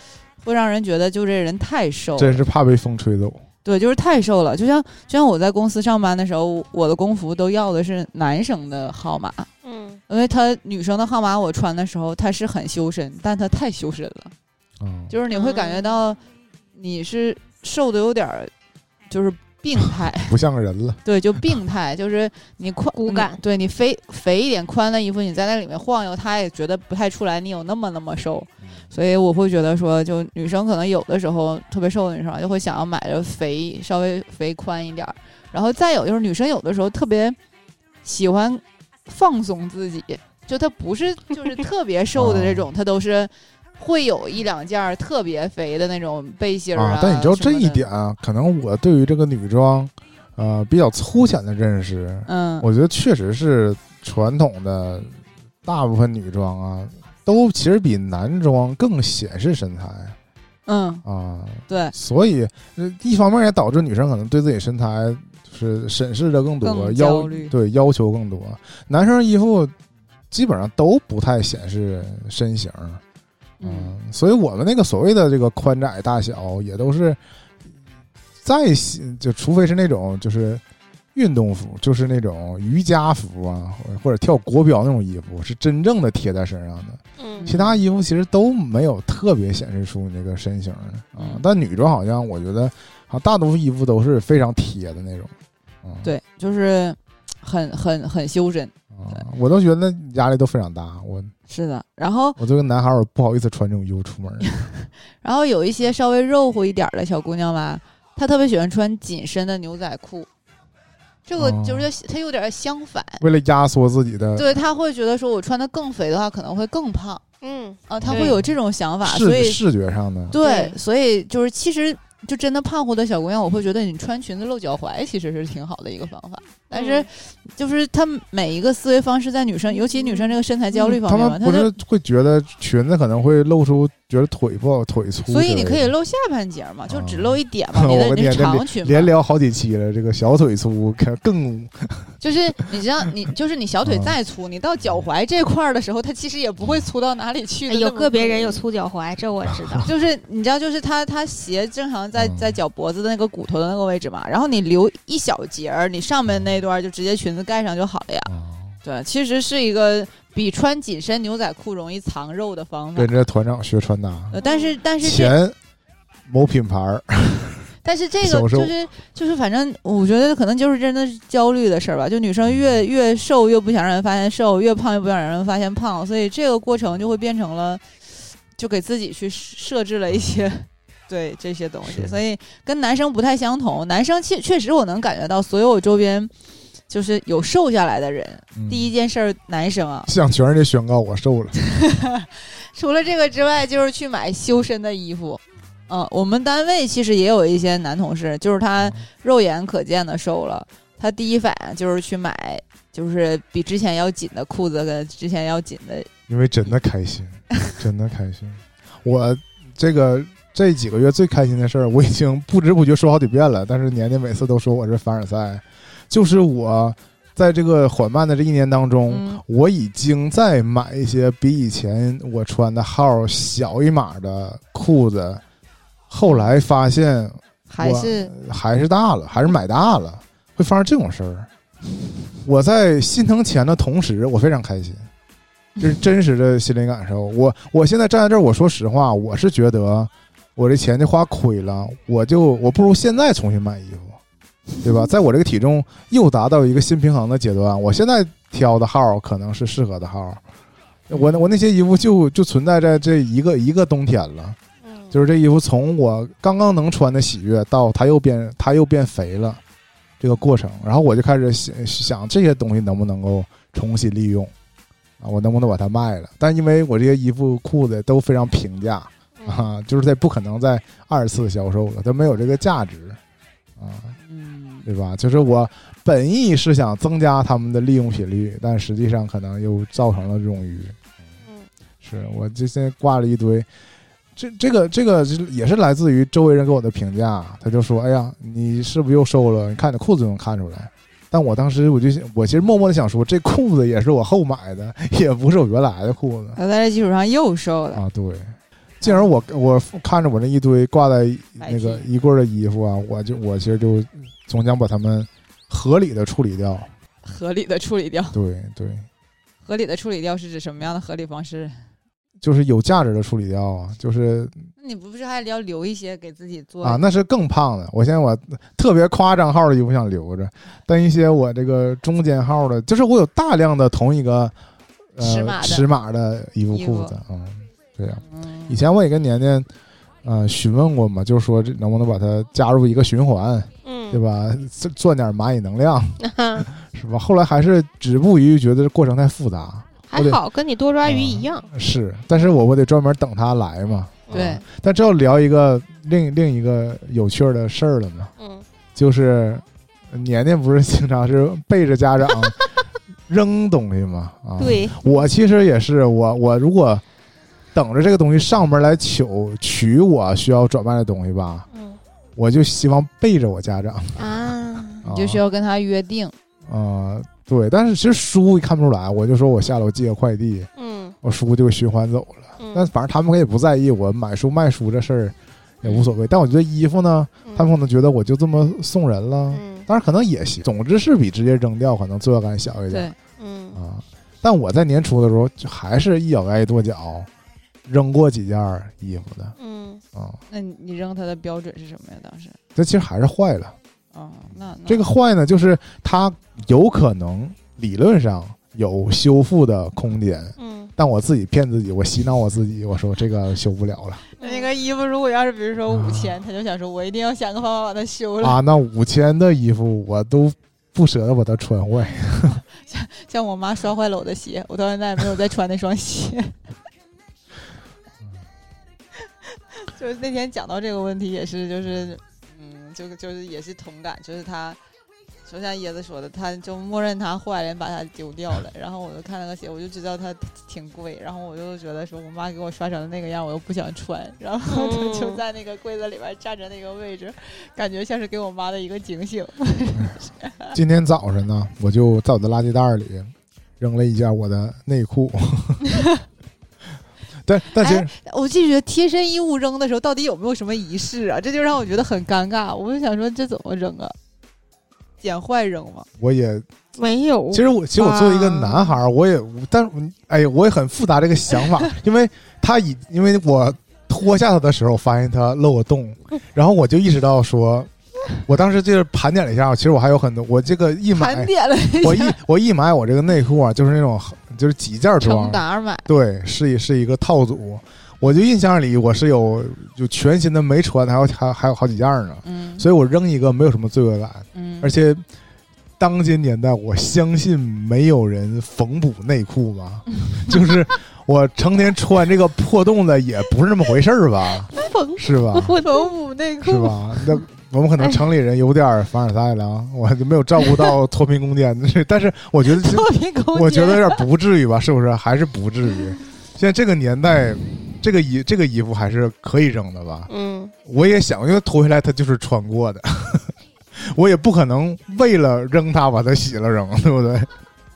Speaker 3: 会让人觉得就这人太瘦了，
Speaker 1: 真是怕被风吹走。
Speaker 3: 对，就是太瘦了。就像就像我在公司上班的时候，我的工服都要的是男生的号码，
Speaker 2: 嗯，
Speaker 3: 因为他女生的号码我穿的时候他是很修身，但他太修身了。
Speaker 1: 嗯，
Speaker 3: 就是你会感觉到你是瘦的有点儿，就是病态，
Speaker 1: 不像个人了。
Speaker 3: 对，就病态，就是你宽
Speaker 2: 骨感
Speaker 3: 你对你肥肥一点宽的衣服，你在那里面晃悠，他也觉得不太出来你有那么那么瘦，所以我会觉得说，就女生可能有的时候特别瘦的女生啊就会想要买着肥稍微肥宽一点儿，然后再有就是女生有的时候特别喜欢放松自己，就她不是 就是特别瘦的这种，她都是会有一两件儿特别肥的那种背心儿
Speaker 1: 啊，但你知道这一，点啊，可能我对于这个女装，呃，比较粗浅的认识，
Speaker 3: 什么的嗯，
Speaker 1: 我觉得确实是传统的大部分女装啊，都其实比男装更显示身材
Speaker 3: 嗯，
Speaker 1: 啊，
Speaker 3: 对，
Speaker 1: 所以呃一方面也导致女生可能对自己身材就是审视的更多，
Speaker 3: 更
Speaker 1: 要
Speaker 3: 焦虑
Speaker 1: 对要求更多。男生衣服基本上都不太显示身形，
Speaker 3: 嗯，
Speaker 1: 嗯，所以我们那个所谓的这个宽窄大小，也都是再细就除非是那种就是运动服，就是那种瑜伽服啊，或或者跳国标那种衣服，是真正的贴在身上的。
Speaker 2: 嗯
Speaker 1: 其他衣服其实都没有特别显示出你这个身形的啊
Speaker 3: 嗯。
Speaker 1: 但女装好像我觉得，好像大多数衣服都是非常贴的那种。啊，
Speaker 3: 对，就是很很很修身，
Speaker 1: 啊，我都觉得压力都非常大。我
Speaker 3: 是的，然后
Speaker 1: 我作为个男孩儿，我不好意思穿这种衣服出门儿。
Speaker 3: 然后有一些稍微肉乎一点儿的小姑娘吧，她特别喜欢穿紧身的牛仔裤，这个
Speaker 1: 哦
Speaker 3: 就是她有点相反，
Speaker 1: 为了压缩自己的
Speaker 3: 对她会觉得说我穿的更肥的话可能会更胖
Speaker 2: 嗯
Speaker 3: 啊，她
Speaker 2: 对
Speaker 3: 会有这种想法，所
Speaker 1: 视
Speaker 3: 以
Speaker 1: 视觉上的，
Speaker 3: 对，
Speaker 2: 对
Speaker 3: 所以就是其实就真的胖乎的小姑娘，我会觉得你穿裙子露脚踝其实是挺好的一个方法，但
Speaker 2: 嗯
Speaker 3: 是就是她每一个思维方式在女生，尤其女生这个身材焦虑方
Speaker 1: 他
Speaker 3: 面吧，
Speaker 1: 嗯们
Speaker 3: 她
Speaker 1: 不
Speaker 3: 就是
Speaker 1: 会觉得裙子可能会露出，觉得腿不好，腿粗之类的。
Speaker 3: 所以你可以露下半截儿嘛，就只露一点嘛，
Speaker 1: 啊
Speaker 3: 你
Speaker 1: 我
Speaker 3: 的你
Speaker 1: 天这
Speaker 3: 长裙嘛，
Speaker 1: 连聊好几期了，这个小腿粗可更
Speaker 3: 就是你知道， 你就是你小腿
Speaker 1: 嗯
Speaker 3: 再粗，你到脚踝这块儿的时候，它其实也不会粗到哪里去
Speaker 2: 哎
Speaker 3: 的。
Speaker 2: 有
Speaker 3: 那么
Speaker 2: 个别人有粗
Speaker 3: 粗，。
Speaker 2: 脚踝，这我知 道
Speaker 3: 就是你知道，就是它它鞋正常在
Speaker 1: 嗯
Speaker 3: 在脚脖子的那个骨头的那个位置嘛，然后你留一小截儿，你上面那段儿就直接裙子盖上就好了呀。对，其实是一个比穿紧身牛仔裤容易藏肉的方法
Speaker 1: 跟。着团长学穿搭。
Speaker 3: 呃，但是但是这
Speaker 1: 前某品牌儿
Speaker 3: 但是这
Speaker 1: 销
Speaker 3: 个
Speaker 1: 售
Speaker 3: 就是就是反正我觉得可能就是真的是焦虑的事儿吧，就女
Speaker 1: 嗯
Speaker 3: 生越越瘦越不想让人发现瘦，越胖越不想让人发现胖，所以这个过程就会变成了，就给自己去设置了一些。对这些东西，
Speaker 1: 嗯是
Speaker 3: 所以跟男生不太相同。男生确确实我能感觉到，所有我周边就是有瘦下来的人，第一
Speaker 1: 嗯
Speaker 3: 件事儿，男生啊，
Speaker 1: 向全世界宣告我瘦了，
Speaker 3: 除了这个之外，就是去买修身的衣服。嗯，我们单位其实也有一些男同事，就是 他肉眼可见的瘦了。他第一反应就是去买，就是比之前要紧的裤子跟之前要紧的，
Speaker 1: 因为真的开心， 真的开心。我这个这几个月最开心的事儿，我已经不知不觉说好几遍了，但是年年每次都说我是凡尔赛，就是我在这个缓慢的这一年当中。
Speaker 3: 嗯
Speaker 1: 我已经在买一些比以前我穿的号小一码的裤子，后来发现
Speaker 3: 还是
Speaker 1: 还是大了，还是买大了，会发生这种事儿。我在心疼钱的同时，我非常开心，这是真实的心理感受。我我现在站在这儿，我说实话，我是觉得我这钱就花亏了，我就我不如现在重新买衣服，对吧？在我这个体重又达到一个新平衡的阶段，我现在挑的号可能是适合的号。我那我那些衣服就就存在在这一个一个冬天了，
Speaker 2: 嗯
Speaker 1: 就是这衣服从我刚刚能穿的喜悦到它又变它又变肥了这个过程，然后我就开始想想这些东西能不能够重新利用啊，我能不能把它卖了？但因为我这些衣服裤子都非常平价
Speaker 2: 嗯
Speaker 1: 啊，就是它不可能再二次销售了，它没有这个价值啊，啊，
Speaker 3: 嗯，
Speaker 1: 对吧？就是我本意是想增加他们的利用频率，但实际上可能又造成了这种鱼。
Speaker 2: 嗯，
Speaker 1: 是我这现在挂了一堆，这这个这个是也是来自于周围人给我的评价，他就说：“哎呀，你是不是又瘦了？你看你裤子就能看出来。”但我当时我就想我其实默默的想说，这裤子也是我后买的， 也不是我原来的裤子
Speaker 3: 然后在这基础上又瘦了，
Speaker 1: 啊。对，进而我我看着我那一堆挂在那个衣柜的衣服啊，我就我其实就总想把它们合理的处理掉。
Speaker 3: 合理的处理掉，
Speaker 1: 对对，
Speaker 3: 合理的处理掉是指什么样的合理方式？
Speaker 1: 就是有价值的处理掉啊，就是
Speaker 3: 那你不是还要留一些给自己做
Speaker 1: 啊，那是更胖的。我现在我特别夸张号的衣服想留着，但一些我这个中间号的，就是我有大量的同一个呃
Speaker 3: 尺码的
Speaker 1: 尺码的衣服
Speaker 3: 衣
Speaker 1: 裤
Speaker 3: 服
Speaker 1: 子啊、嗯，对呀、
Speaker 3: 嗯
Speaker 1: 以前我也跟年年呃询问过嘛，就是说这能不能把它加入一个循环，
Speaker 2: 嗯，
Speaker 1: 对吧？赚赚点蚂蚁能量
Speaker 2: 吧？
Speaker 1: 是吧？后来还是止步于觉得这过程太复杂，
Speaker 2: 还好跟你多抓鱼一
Speaker 1: 啊
Speaker 2: 样。嗯
Speaker 1: 是，但是我我得专门等它来嘛。
Speaker 3: 对，
Speaker 1: 但这要聊一个另另一个有趣儿的事儿了嘛。
Speaker 2: 嗯，
Speaker 1: 就是年年不是经常是背着 家长扔东西吗？啊，，
Speaker 2: 对，
Speaker 1: 我其实也是，我我如果等着这个东西上门来取取我需要转卖的东西吧，
Speaker 2: 嗯
Speaker 1: 我就希望背着我家长，
Speaker 2: 啊，
Speaker 1: 啊
Speaker 3: 你就需要跟他约定，
Speaker 1: 啊、对，但是其实书看不出来，我就说我下楼寄个快递，
Speaker 2: 嗯
Speaker 1: 我书就循环走了。但
Speaker 2: 嗯，
Speaker 1: 反正他们也不在意我买书卖书这事儿，也无所谓。但我觉得衣服呢，他们可能觉得我就这么送人了，
Speaker 2: 嗯
Speaker 1: 当然可能也行，总之是比直接扔掉可能罪恶感小一点
Speaker 3: 对，
Speaker 2: 嗯
Speaker 1: 啊。但我在年初的时候，就还是一咬牙一跺脚，扔过几件衣服的
Speaker 2: 嗯
Speaker 1: 啊。
Speaker 3: 那你你扔他的标准是什么呀？当时
Speaker 1: 这其实还是坏了。
Speaker 3: 哦，那那
Speaker 1: 这个坏呢，就是它有可能理论上有修复的空间，
Speaker 2: 嗯，
Speaker 1: 但我自己骗自己，我洗脑我自己，我说这个修不了了
Speaker 3: 那个衣服，如果要是比如说
Speaker 1: 啊
Speaker 3: 五千，他就想说，我一定要想个方法把它修了。
Speaker 1: 啊。那五千的衣服我都不舍得把它穿坏。
Speaker 3: 像我妈摔坏了我的鞋，我到现在也没有再穿那双鞋。 就是那天讲到这个问题，也是就是，嗯，就就是也是同感，就是他，就像椰子说的，他就默认他坏人把他丢掉了。然后我就看那个鞋，我就知道它挺贵，然后我就觉得说我妈给我刷成那个样，我又不想穿，然后
Speaker 2: 嗯
Speaker 3: 就就在那个柜子里边站着那个位置，感觉像是给我妈的一个警醒。
Speaker 1: 今天早晨呢，我就在我的垃圾袋里扔了一件我的内裤。 但但其实、
Speaker 3: 哎我就觉得贴身衣物扔的时候到底有没有什么仪式啊？这就让我觉得很尴尬。我就想说，这怎么扔啊？捡坏扔吗？
Speaker 1: 我也，
Speaker 2: 没有
Speaker 1: 其，实我其实我作为一个
Speaker 3: 啊
Speaker 1: 男孩儿，我也，但哎呀，我也很复杂这个想 法，因为他已因为我脱下他的时候，发现他漏个洞，然后我就意识到说，我当时就是盘点了一下，其实我还有很多，我这个一
Speaker 3: 盘
Speaker 1: 买，
Speaker 3: 点了一
Speaker 1: 我
Speaker 3: 下，
Speaker 1: 一我一买我这个内裤啊，就是那种就是几件 装
Speaker 3: 成，沓买。
Speaker 1: 对，是一是一个套组。我就印象里我是有就全新的没穿的，还有还还有好几样呢，
Speaker 3: 嗯
Speaker 1: 所以我扔一个没有什么罪恶感，
Speaker 3: 嗯
Speaker 1: 而且当今年代，我相信没有人缝补内裤 吧，就是我成天穿这个破洞的也不是那么回事儿吧，
Speaker 2: 缝
Speaker 1: 是吧？
Speaker 2: 补
Speaker 3: 缝补内
Speaker 1: 是
Speaker 3: 裤，
Speaker 1: 吧？那我们可能城里人有点儿凡尔赛了啊，我就没有照顾到脱贫攻坚， 但是我觉得这
Speaker 3: 作品空间。
Speaker 1: 我觉得有点不至于吧，是不是？还是不至于。现在这个年代，这个衣这个衣服还是可以扔的吧？
Speaker 2: 嗯
Speaker 1: 我也想，因为脱下来它就是穿过的， 我也不可能为了扔它把它洗了扔，对不对？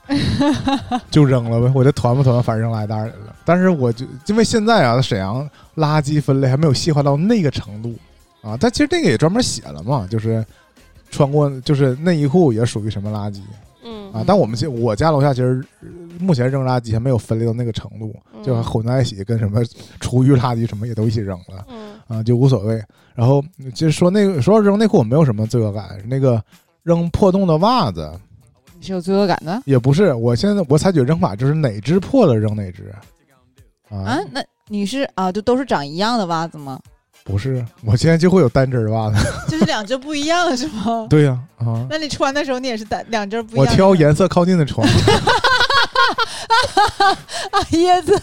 Speaker 1: 就扔了呗，我这团不团，反正扔垃圾袋里了。但是我就因为现在啊，沈阳垃圾分类还没有细化到那个程度啊，但其实这个也专门写了嘛，就是穿过就是内衣裤也属于什么垃圾，
Speaker 2: 嗯
Speaker 1: 啊，但我们家我家楼下其实呃目前扔垃圾还没有分类到那个程度，
Speaker 2: 嗯
Speaker 1: 就混在一起，跟什么厨余垃圾什么也都一起扔了
Speaker 2: 嗯
Speaker 1: 啊，就无所谓。然后其实说那个说扔内裤，我没有什么罪恶感。那个扔破洞的袜子
Speaker 3: 是有罪恶感的啊
Speaker 1: 也不是，我现在我采取扔法就是哪只破了扔哪只啊
Speaker 3: 啊，？那你是啊，就都是长一样的袜子吗？
Speaker 1: 不是，我现在就会有单只儿袜子。
Speaker 3: 就是两只不一样的是吗？
Speaker 1: 对呀啊，
Speaker 3: 那你穿的时候，你也是单两只不一
Speaker 1: 我
Speaker 3: 样的。
Speaker 1: 挑颜色靠近的穿。
Speaker 3: 啊椰子，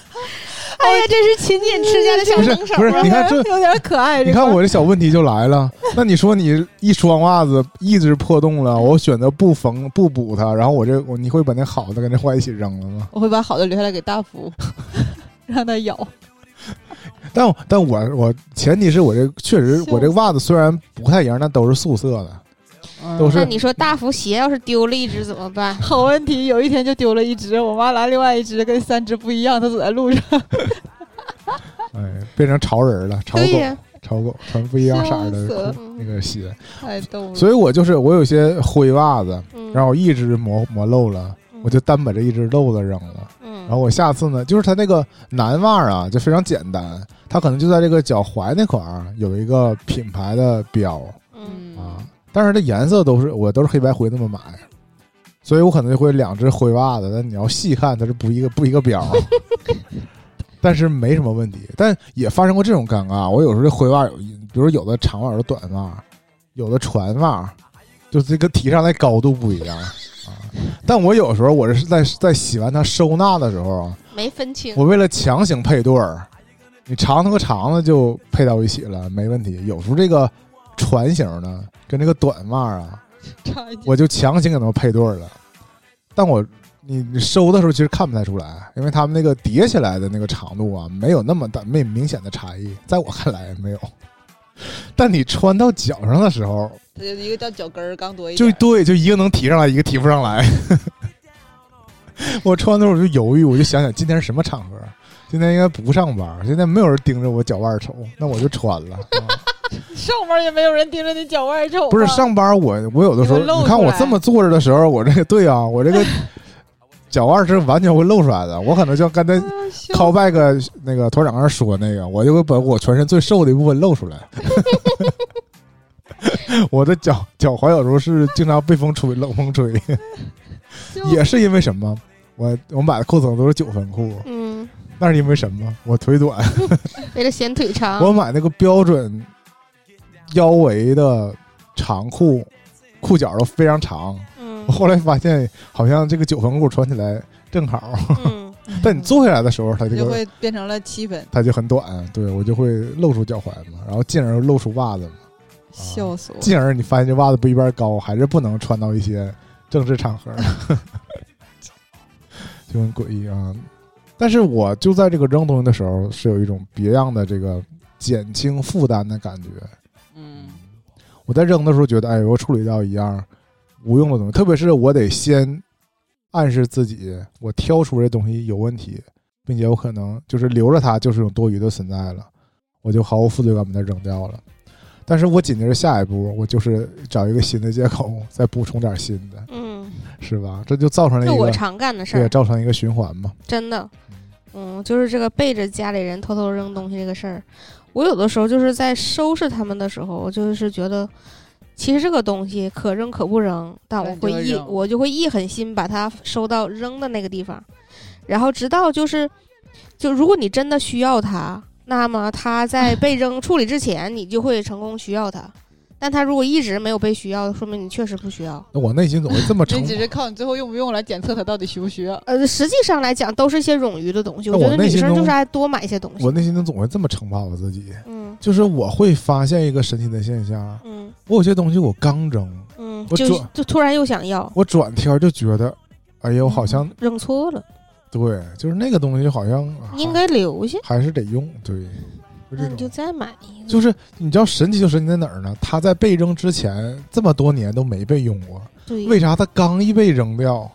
Speaker 3: 哎
Speaker 2: 哎呀，这是勤俭持家的小
Speaker 1: 哦不是
Speaker 2: 能手
Speaker 1: 不是
Speaker 2: 啊
Speaker 1: 你看这
Speaker 2: 有点可爱。
Speaker 1: 你
Speaker 2: 这
Speaker 1: 看
Speaker 2: 块
Speaker 1: 我这小问题就来了，那你说你一双袜子一直破洞了，我选择不缝不补它，然后我这我你会把那好的跟那坏一起扔了吗？
Speaker 3: 我会把好的留下来给大福， 让他咬。
Speaker 1: 但我但我我前提是我这确实
Speaker 3: 袖
Speaker 1: 我这袜子虽然不太一样，但都是素色的，
Speaker 3: 嗯
Speaker 1: 都是
Speaker 2: 那你说大福鞋要是丢了一只怎么办？
Speaker 3: 好问题，有一天就丢了一只，我妈拿另外一只跟三只不一样，她走在路上。
Speaker 1: 哎，变成潮人了，潮
Speaker 2: 对
Speaker 1: 狗
Speaker 2: 呀，
Speaker 1: 潮狗穿不一样色儿
Speaker 3: 笑
Speaker 1: 的
Speaker 3: 死嗯
Speaker 1: 裤
Speaker 2: 嗯
Speaker 1: 那个鞋，
Speaker 3: 太逗了。
Speaker 1: 所以我就是我有些灰袜子，
Speaker 2: 嗯
Speaker 1: 然后我一只磨磨漏了，我就单把这一只漏子扔了。
Speaker 2: 嗯，
Speaker 1: 然后我下次呢，就是它那个男袜儿啊，就非常简单，它可能就在这个脚踝那块儿有一个品牌的标
Speaker 2: 嗯
Speaker 1: 啊，但是这颜色都是我都是黑白灰那么买，所以我可能就会两只灰袜子，但你要细看它是不一个不一个标 儿，但是没什么问题，但也发生过这种尴尬，我有时候这灰袜儿，比如有的长袜儿，有的短袜儿，有的船袜儿，就这个提上来高度不一样。啊。但我有时候我是在在洗完它收纳的时候啊，
Speaker 2: 没分清。
Speaker 1: 我为了强行配对儿，你长的和长的就配到一起了，没问题。有时候这个船型呢，跟这个短袜啊，
Speaker 3: 差一点
Speaker 1: 我就强行给他们配对儿了。但我你你收的时候其实看不太出来，因为他们那个叠起来的那个长度啊，没有那么大，没有明显的差异，在我看来没有。但你穿到脚上的时候，
Speaker 3: 它就一个叫脚跟儿，刚多一
Speaker 1: 就
Speaker 3: 点
Speaker 1: 对，就一个能提上来，一个提不上来。 我穿的时候我就犹豫，我就想想今天是什么场合，今天应该不上班，今天没有人盯着我脚腕儿瞅，那我就穿 了。啊
Speaker 3: 上班也没有人盯着你脚外啊臭。
Speaker 1: 不是，上班我我有的时候，
Speaker 3: 你会露
Speaker 1: 你看
Speaker 3: 出
Speaker 1: 我
Speaker 3: 来
Speaker 1: 这么坐着的时候，我这个对啊，我这个脚腕儿是完全会露出来的。我可能就刚
Speaker 3: 嗯
Speaker 1: 才 call back 那个团长刚才说那个，我就会把我全身最瘦的一部分露出 来。 我的脚脚踝有时候是经常被风吹，冷风吹。也是因为什么？我我买的裤子都是九分裤，
Speaker 2: 嗯，
Speaker 1: 那是因为什么？我腿短，
Speaker 2: 为了显腿长，
Speaker 1: 我买那个标准腰围的长裤，裤脚都非常长。
Speaker 2: 嗯
Speaker 1: 我后来发现，好像这个九分裤穿起来正好，
Speaker 2: 嗯，
Speaker 1: 但你坐下来的时候，它这
Speaker 3: 就
Speaker 1: 个啊
Speaker 3: 会变成了七分，
Speaker 1: 它就很短，对我就会露出脚踝嘛，然后进而露出袜子嘛，
Speaker 3: 笑死我！
Speaker 1: 进而你发现这袜子不一般高，还是不能穿到一些正式场合，就很诡异啊。但是我就在这个扔东西的时候，是有一种别样的这个减轻负担的感觉。
Speaker 3: 嗯，
Speaker 1: 我在扔的时候觉得，哎，我处理掉一样无用的东西，特别是我得先暗示自己，我挑出这东西有问题，并且我可能就是留着它就是一种多余的存在了，我就毫无负罪感把它扔掉了。但是我紧接着下一步，我就是找一个新的借口，再补充点新的，
Speaker 2: 嗯，
Speaker 1: 是吧？这就造成了
Speaker 2: 这
Speaker 1: 一
Speaker 2: 我
Speaker 1: 个，
Speaker 2: 常干的事
Speaker 1: 对，
Speaker 2: 儿，
Speaker 1: 造成一个循环嘛。
Speaker 2: 真的。嗯，就是这个背着家里人偷偷扔东西这个事儿，我有的时候就是在收拾他们的时候，我就是觉得，其实这个东西可扔可不扔，但我
Speaker 3: 但就
Speaker 2: 会
Speaker 3: 会
Speaker 2: 一
Speaker 3: 扔
Speaker 2: 我就会一狠心把它收到扔的那个地方，然后直到就是，就如果你真的需要它，那么它在被扔处理之前，你就会成功需要它。但它如果一直没有被需要，说明你确实不需要。
Speaker 1: 那我内心总会这么成
Speaker 3: 这，只是靠你最后用不用来检测它到底需不需要。
Speaker 2: 呃，实际上来讲，都是一些冗余的东西。
Speaker 1: 那
Speaker 2: 我觉
Speaker 1: 我
Speaker 2: 得
Speaker 1: 内
Speaker 2: 女
Speaker 1: 心
Speaker 2: 生就
Speaker 1: 中
Speaker 2: 是爱多买一些东西
Speaker 1: 我。内心中总会这么惩罚我自己，
Speaker 2: 嗯
Speaker 1: 就是我会发现一个神奇的现象，
Speaker 2: 嗯。
Speaker 1: 我有些东西我刚扔，
Speaker 2: 嗯，
Speaker 1: 我
Speaker 2: 就
Speaker 1: 转
Speaker 2: 就突然又想要，嗯
Speaker 1: 我转天就觉得，哎呀，我好像
Speaker 2: 扔错了，
Speaker 1: 对，就是那个东西好像啊
Speaker 2: 你应该留下，
Speaker 1: 还还是得用，对，就
Speaker 2: 那
Speaker 1: 这
Speaker 2: 你
Speaker 1: 种。
Speaker 2: 就再买一个。
Speaker 1: 就是你知道神奇就神奇在哪儿呢？它在被扔之前这么多年都没被用过，
Speaker 2: 对，
Speaker 1: 为啥它刚一被扔掉，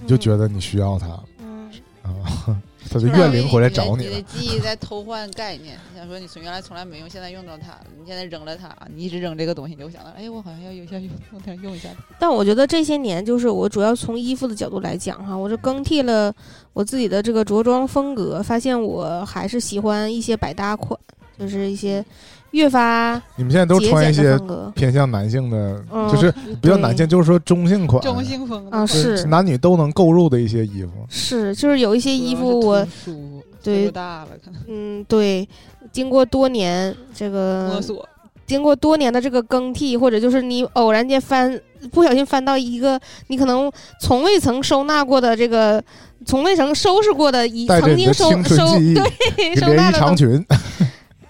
Speaker 1: 你就觉
Speaker 2: 得
Speaker 1: 得你需要它
Speaker 2: 嗯，
Speaker 1: 啊？ 它就怨灵回来找你
Speaker 3: 你的
Speaker 1: 了。
Speaker 3: 记忆在偷换概念。你想说你从原来从来没用，现在用到它，你现在扔了它，你一直扔这个东西，你就想到，哎，我好像要有下用用它用一下。
Speaker 2: 但我觉得这些年就是我主要从衣服的角度来讲哈，我就更替了我自己的这个着装风格，发现我还是喜欢一些百搭款，就是一些越发
Speaker 1: 你们现在都
Speaker 2: 节
Speaker 1: 穿一
Speaker 2: 俭的
Speaker 1: 些
Speaker 2: 风格。
Speaker 1: 偏向男性的，
Speaker 2: 嗯
Speaker 1: 就是比较男
Speaker 2: 对
Speaker 1: 性，就是说中性款，
Speaker 3: 中性风
Speaker 2: 啊，
Speaker 1: 就是
Speaker 2: 是
Speaker 1: 男女都能购入的一些衣服。
Speaker 2: 是，就是有一些衣服我
Speaker 3: 舒服，
Speaker 2: 对
Speaker 3: 岁数大了可能
Speaker 2: 嗯对，经过多年这个
Speaker 3: 摸索，
Speaker 2: 经过多年的这个更替，或者就是你偶然间翻不小心翻到一个你可能从未曾收纳过的这个，从未曾收拾过的一
Speaker 1: 带着
Speaker 2: 曾
Speaker 1: 你
Speaker 2: 经
Speaker 1: 的
Speaker 2: 收
Speaker 1: 青春
Speaker 2: 收
Speaker 1: 记忆，
Speaker 2: 对收纳
Speaker 1: 连衣
Speaker 2: 的
Speaker 1: 长
Speaker 2: 东西，
Speaker 1: 裙，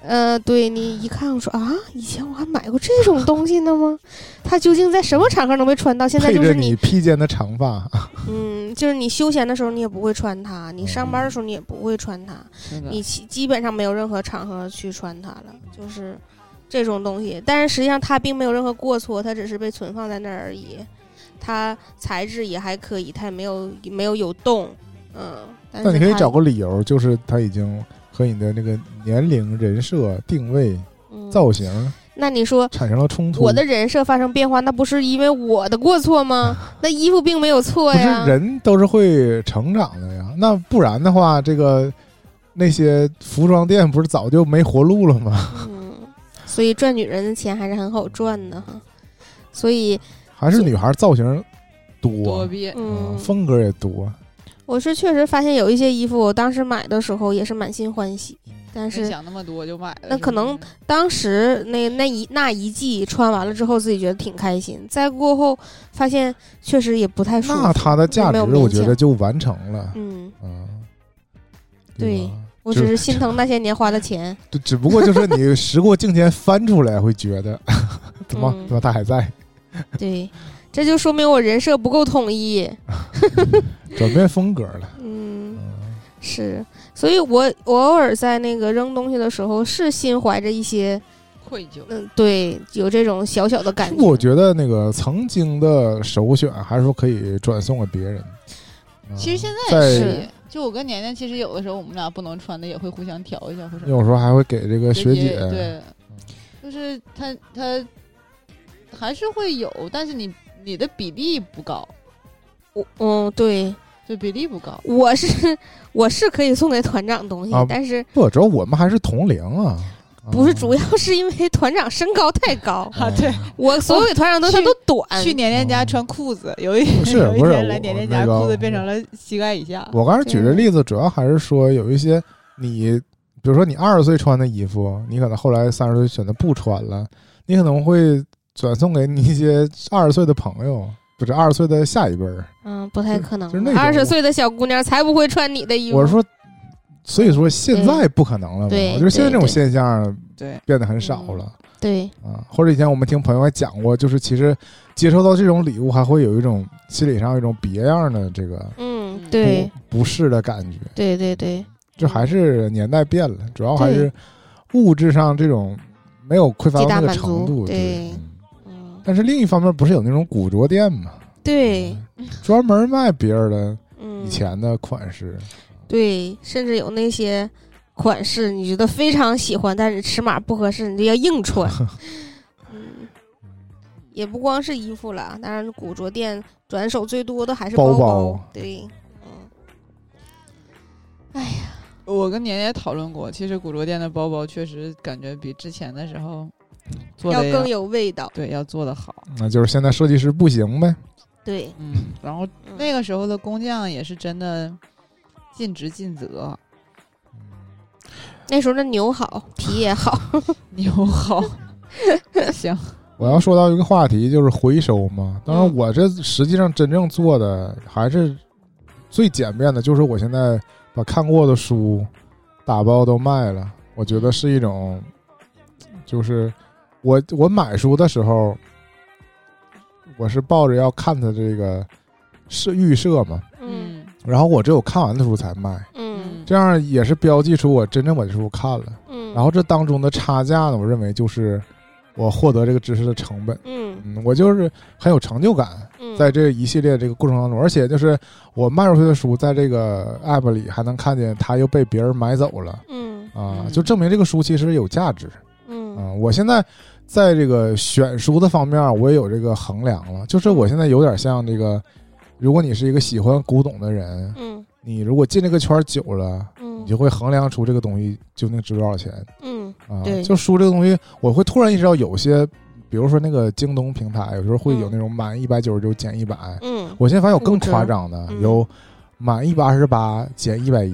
Speaker 2: 呃，对你一看我说啊，以前我还买过这种东西呢吗？它究竟在什么场合能被穿到？现在
Speaker 1: 配
Speaker 2: 就
Speaker 1: 着
Speaker 2: 是
Speaker 1: 你披肩的长发，
Speaker 2: 嗯，就是你休闲的时候你也不会穿它，你上班的时候你也不会穿它，
Speaker 3: 真的
Speaker 2: 你基基本上没有任何场合去穿它了，就是这种东西。但是实际上它并没有任何过错，它只是被存放在那儿而已。它材质也还可以，它也没有没有有洞，嗯。但
Speaker 1: 那
Speaker 2: 是
Speaker 1: 你可以
Speaker 2: 它
Speaker 1: 找个理由，就是他已经和你的那个年龄、人设、定位、
Speaker 2: 嗯
Speaker 1: 造型
Speaker 2: 那你说
Speaker 1: 产生了冲突。
Speaker 2: 我的人设发生变化，那不是因为我的过 错吗？那衣服并没有错
Speaker 1: 不是
Speaker 2: 呀。
Speaker 1: 人都是会成长的呀，那不然的话，这个那些服装店不是早就没活路了吗？
Speaker 2: 嗯，所以赚女人的钱还是很好赚的哈。所以，
Speaker 1: 还是女孩造型
Speaker 3: 多
Speaker 1: 多，
Speaker 3: 逼，
Speaker 1: 啊
Speaker 2: 嗯，
Speaker 1: 风格也多，
Speaker 2: 我是确实发现有一些衣服，我当时买的时候也是满心欢喜，但
Speaker 3: 没
Speaker 2: 是
Speaker 3: 想那么多就买了。
Speaker 2: 那
Speaker 3: 是
Speaker 2: 可
Speaker 3: 不是
Speaker 2: 能当时那那一那一季穿完了之后，自己觉得挺开心，再过后发现确实也不太舒服。
Speaker 1: 那它的价
Speaker 2: 没
Speaker 1: 值
Speaker 2: 有
Speaker 1: 我
Speaker 2: 明
Speaker 1: 觉
Speaker 2: 显
Speaker 1: 得就完成了，
Speaker 2: 嗯，
Speaker 1: 啊，
Speaker 2: 对
Speaker 1: 吧
Speaker 2: 我
Speaker 1: 就
Speaker 2: 只是心疼那些年花 的钱。
Speaker 1: 对，只不过就是你时过境迁翻出来会觉得， 怎么
Speaker 2: 嗯
Speaker 1: 怎么他还在，
Speaker 2: 对，这就说明我人设不够统一。
Speaker 1: 转变风格了，
Speaker 2: 嗯。
Speaker 1: 嗯，
Speaker 2: 是，所以我我偶尔在那个扔东西的时候，是心怀着一些，
Speaker 3: 愧疚，
Speaker 2: 嗯，对，有这种小小的感觉。
Speaker 1: 我觉得那个曾经的首选还是说可以转送给别人。啊
Speaker 3: 其实现在
Speaker 1: 在
Speaker 3: 也是，就我跟年年其实有的时候我们俩不能穿的也会互相调一下，或者
Speaker 1: 有时候还会给这个学姐，嗯
Speaker 3: 对，就是他他还是会有，但是你你的比例不高，
Speaker 2: 我嗯，对，
Speaker 3: 就比例不高。
Speaker 2: 我是我是可以送给团长东西，
Speaker 1: 啊
Speaker 2: 但是
Speaker 1: 不，主要我们还是同龄啊，啊
Speaker 2: 不是主要是因为团长身高太高，
Speaker 1: 啊对，
Speaker 2: 我所有给团长东西他
Speaker 3: 去
Speaker 2: 都短。
Speaker 3: 去年年家穿裤子，有一
Speaker 1: 哦不 是
Speaker 3: 有一
Speaker 1: 不是
Speaker 3: 天来
Speaker 1: 我
Speaker 3: 年年
Speaker 1: 那
Speaker 3: 家
Speaker 1: 个
Speaker 3: 裤子变成了膝盖以下。
Speaker 1: 我刚才举的例子，主要还是说有一些你，比如说你二十岁穿的衣服，你可能后来三十岁选择不穿了，你可能会转送给你一些二十岁的朋友，不是二十岁的下一辈儿。
Speaker 2: 嗯，不太可
Speaker 1: 就是
Speaker 2: 能
Speaker 1: 那
Speaker 2: 了。
Speaker 1: 种
Speaker 2: 二十岁的小姑娘才不会穿你的衣服。
Speaker 1: 我是说，所以说现在不可能了嘛，
Speaker 2: 对
Speaker 1: 我觉得现在这种
Speaker 2: 对对
Speaker 1: 现象
Speaker 3: 对，
Speaker 1: 变得很少
Speaker 2: 嗯
Speaker 1: 了。
Speaker 2: 对，
Speaker 1: 啊，或者以前我们听朋友还讲过，就是其实接收到这种礼物，还会有一种心理上有一种别样的这个
Speaker 2: 嗯
Speaker 3: 嗯，
Speaker 2: 对，
Speaker 1: 不不适的感觉。
Speaker 2: 对对对，
Speaker 1: 这还是年代变了，主要还
Speaker 2: 对
Speaker 1: 是物质上这种没有匮乏
Speaker 2: 极
Speaker 1: 到
Speaker 2: 大
Speaker 1: 那个
Speaker 2: 满
Speaker 1: 程
Speaker 2: 足
Speaker 1: 度。
Speaker 2: 对
Speaker 1: 嗯
Speaker 2: 嗯，
Speaker 1: 但是另一方面，不是有那种古着店嘛，
Speaker 2: 对，
Speaker 1: 专门卖别人的
Speaker 2: 嗯，
Speaker 1: 以前的款式，
Speaker 2: 对，甚至有那些款式你觉得非常喜欢，但是尺码不合适，你就要硬 穿。嗯，也不光是衣服啦，当然古着店转手最多的还是
Speaker 1: 包
Speaker 2: 包
Speaker 1: 包
Speaker 2: 对，嗯，
Speaker 1: 哎
Speaker 3: 我跟年年讨论过，其实古着店的包包确实感觉比之前的时候做
Speaker 2: 要
Speaker 3: 的
Speaker 2: 更有味道。
Speaker 3: 对要做的好。
Speaker 1: 那就是现在设计师不行呗。
Speaker 2: 对，
Speaker 3: 嗯，然后
Speaker 2: 嗯
Speaker 3: 那个时候的工匠也是真的尽职尽责，
Speaker 2: 那时候的牛好，皮也好。
Speaker 3: 牛 好。行，
Speaker 1: 我要说到一个话题，就是回收嘛。当然，
Speaker 2: 嗯
Speaker 1: 我这实际上真正做的还是最简便的，就是我现在把看过的书打包都卖了。我觉得是一种，就是我我买书的时候，我是抱着要看它这个是预设嘛，
Speaker 2: 嗯
Speaker 1: 然后我只有看完的书才卖，
Speaker 2: 嗯
Speaker 1: 这样也是标记出我真正把这书看了。
Speaker 2: 嗯，
Speaker 1: 然后这当中的差价呢，我认为就是我获得这个知识的成本。
Speaker 2: 嗯
Speaker 1: 嗯，我就是很有成就感，
Speaker 2: 嗯，
Speaker 1: 在这一系列这个过程当中，而且就是我卖出去的书，在这个 app 里还能看见它又被别人买走了
Speaker 2: 嗯
Speaker 1: 啊，
Speaker 3: 嗯
Speaker 1: 就证明这个书其实有价值
Speaker 2: 嗯
Speaker 1: 啊。我现在在这个选书的方面，我也有这个衡量了，就是
Speaker 2: 嗯
Speaker 1: 我现在有点像这个，如果你是一个喜欢古董的人，
Speaker 2: 嗯
Speaker 1: 你如果进这个圈儿久了，你
Speaker 2: 嗯
Speaker 1: 就会衡量出这个东西究竟值多少钱。
Speaker 2: 嗯
Speaker 1: 啊，
Speaker 2: 对
Speaker 1: 就书这个东西，我会突然意识到有些，比如说那个京东平台，有时候会有那种满一百九十九减一百。
Speaker 2: 嗯，
Speaker 1: 我现在发现有更
Speaker 2: 五折
Speaker 1: 夸张的，
Speaker 2: 嗯
Speaker 1: 有满一百二十八减一百一，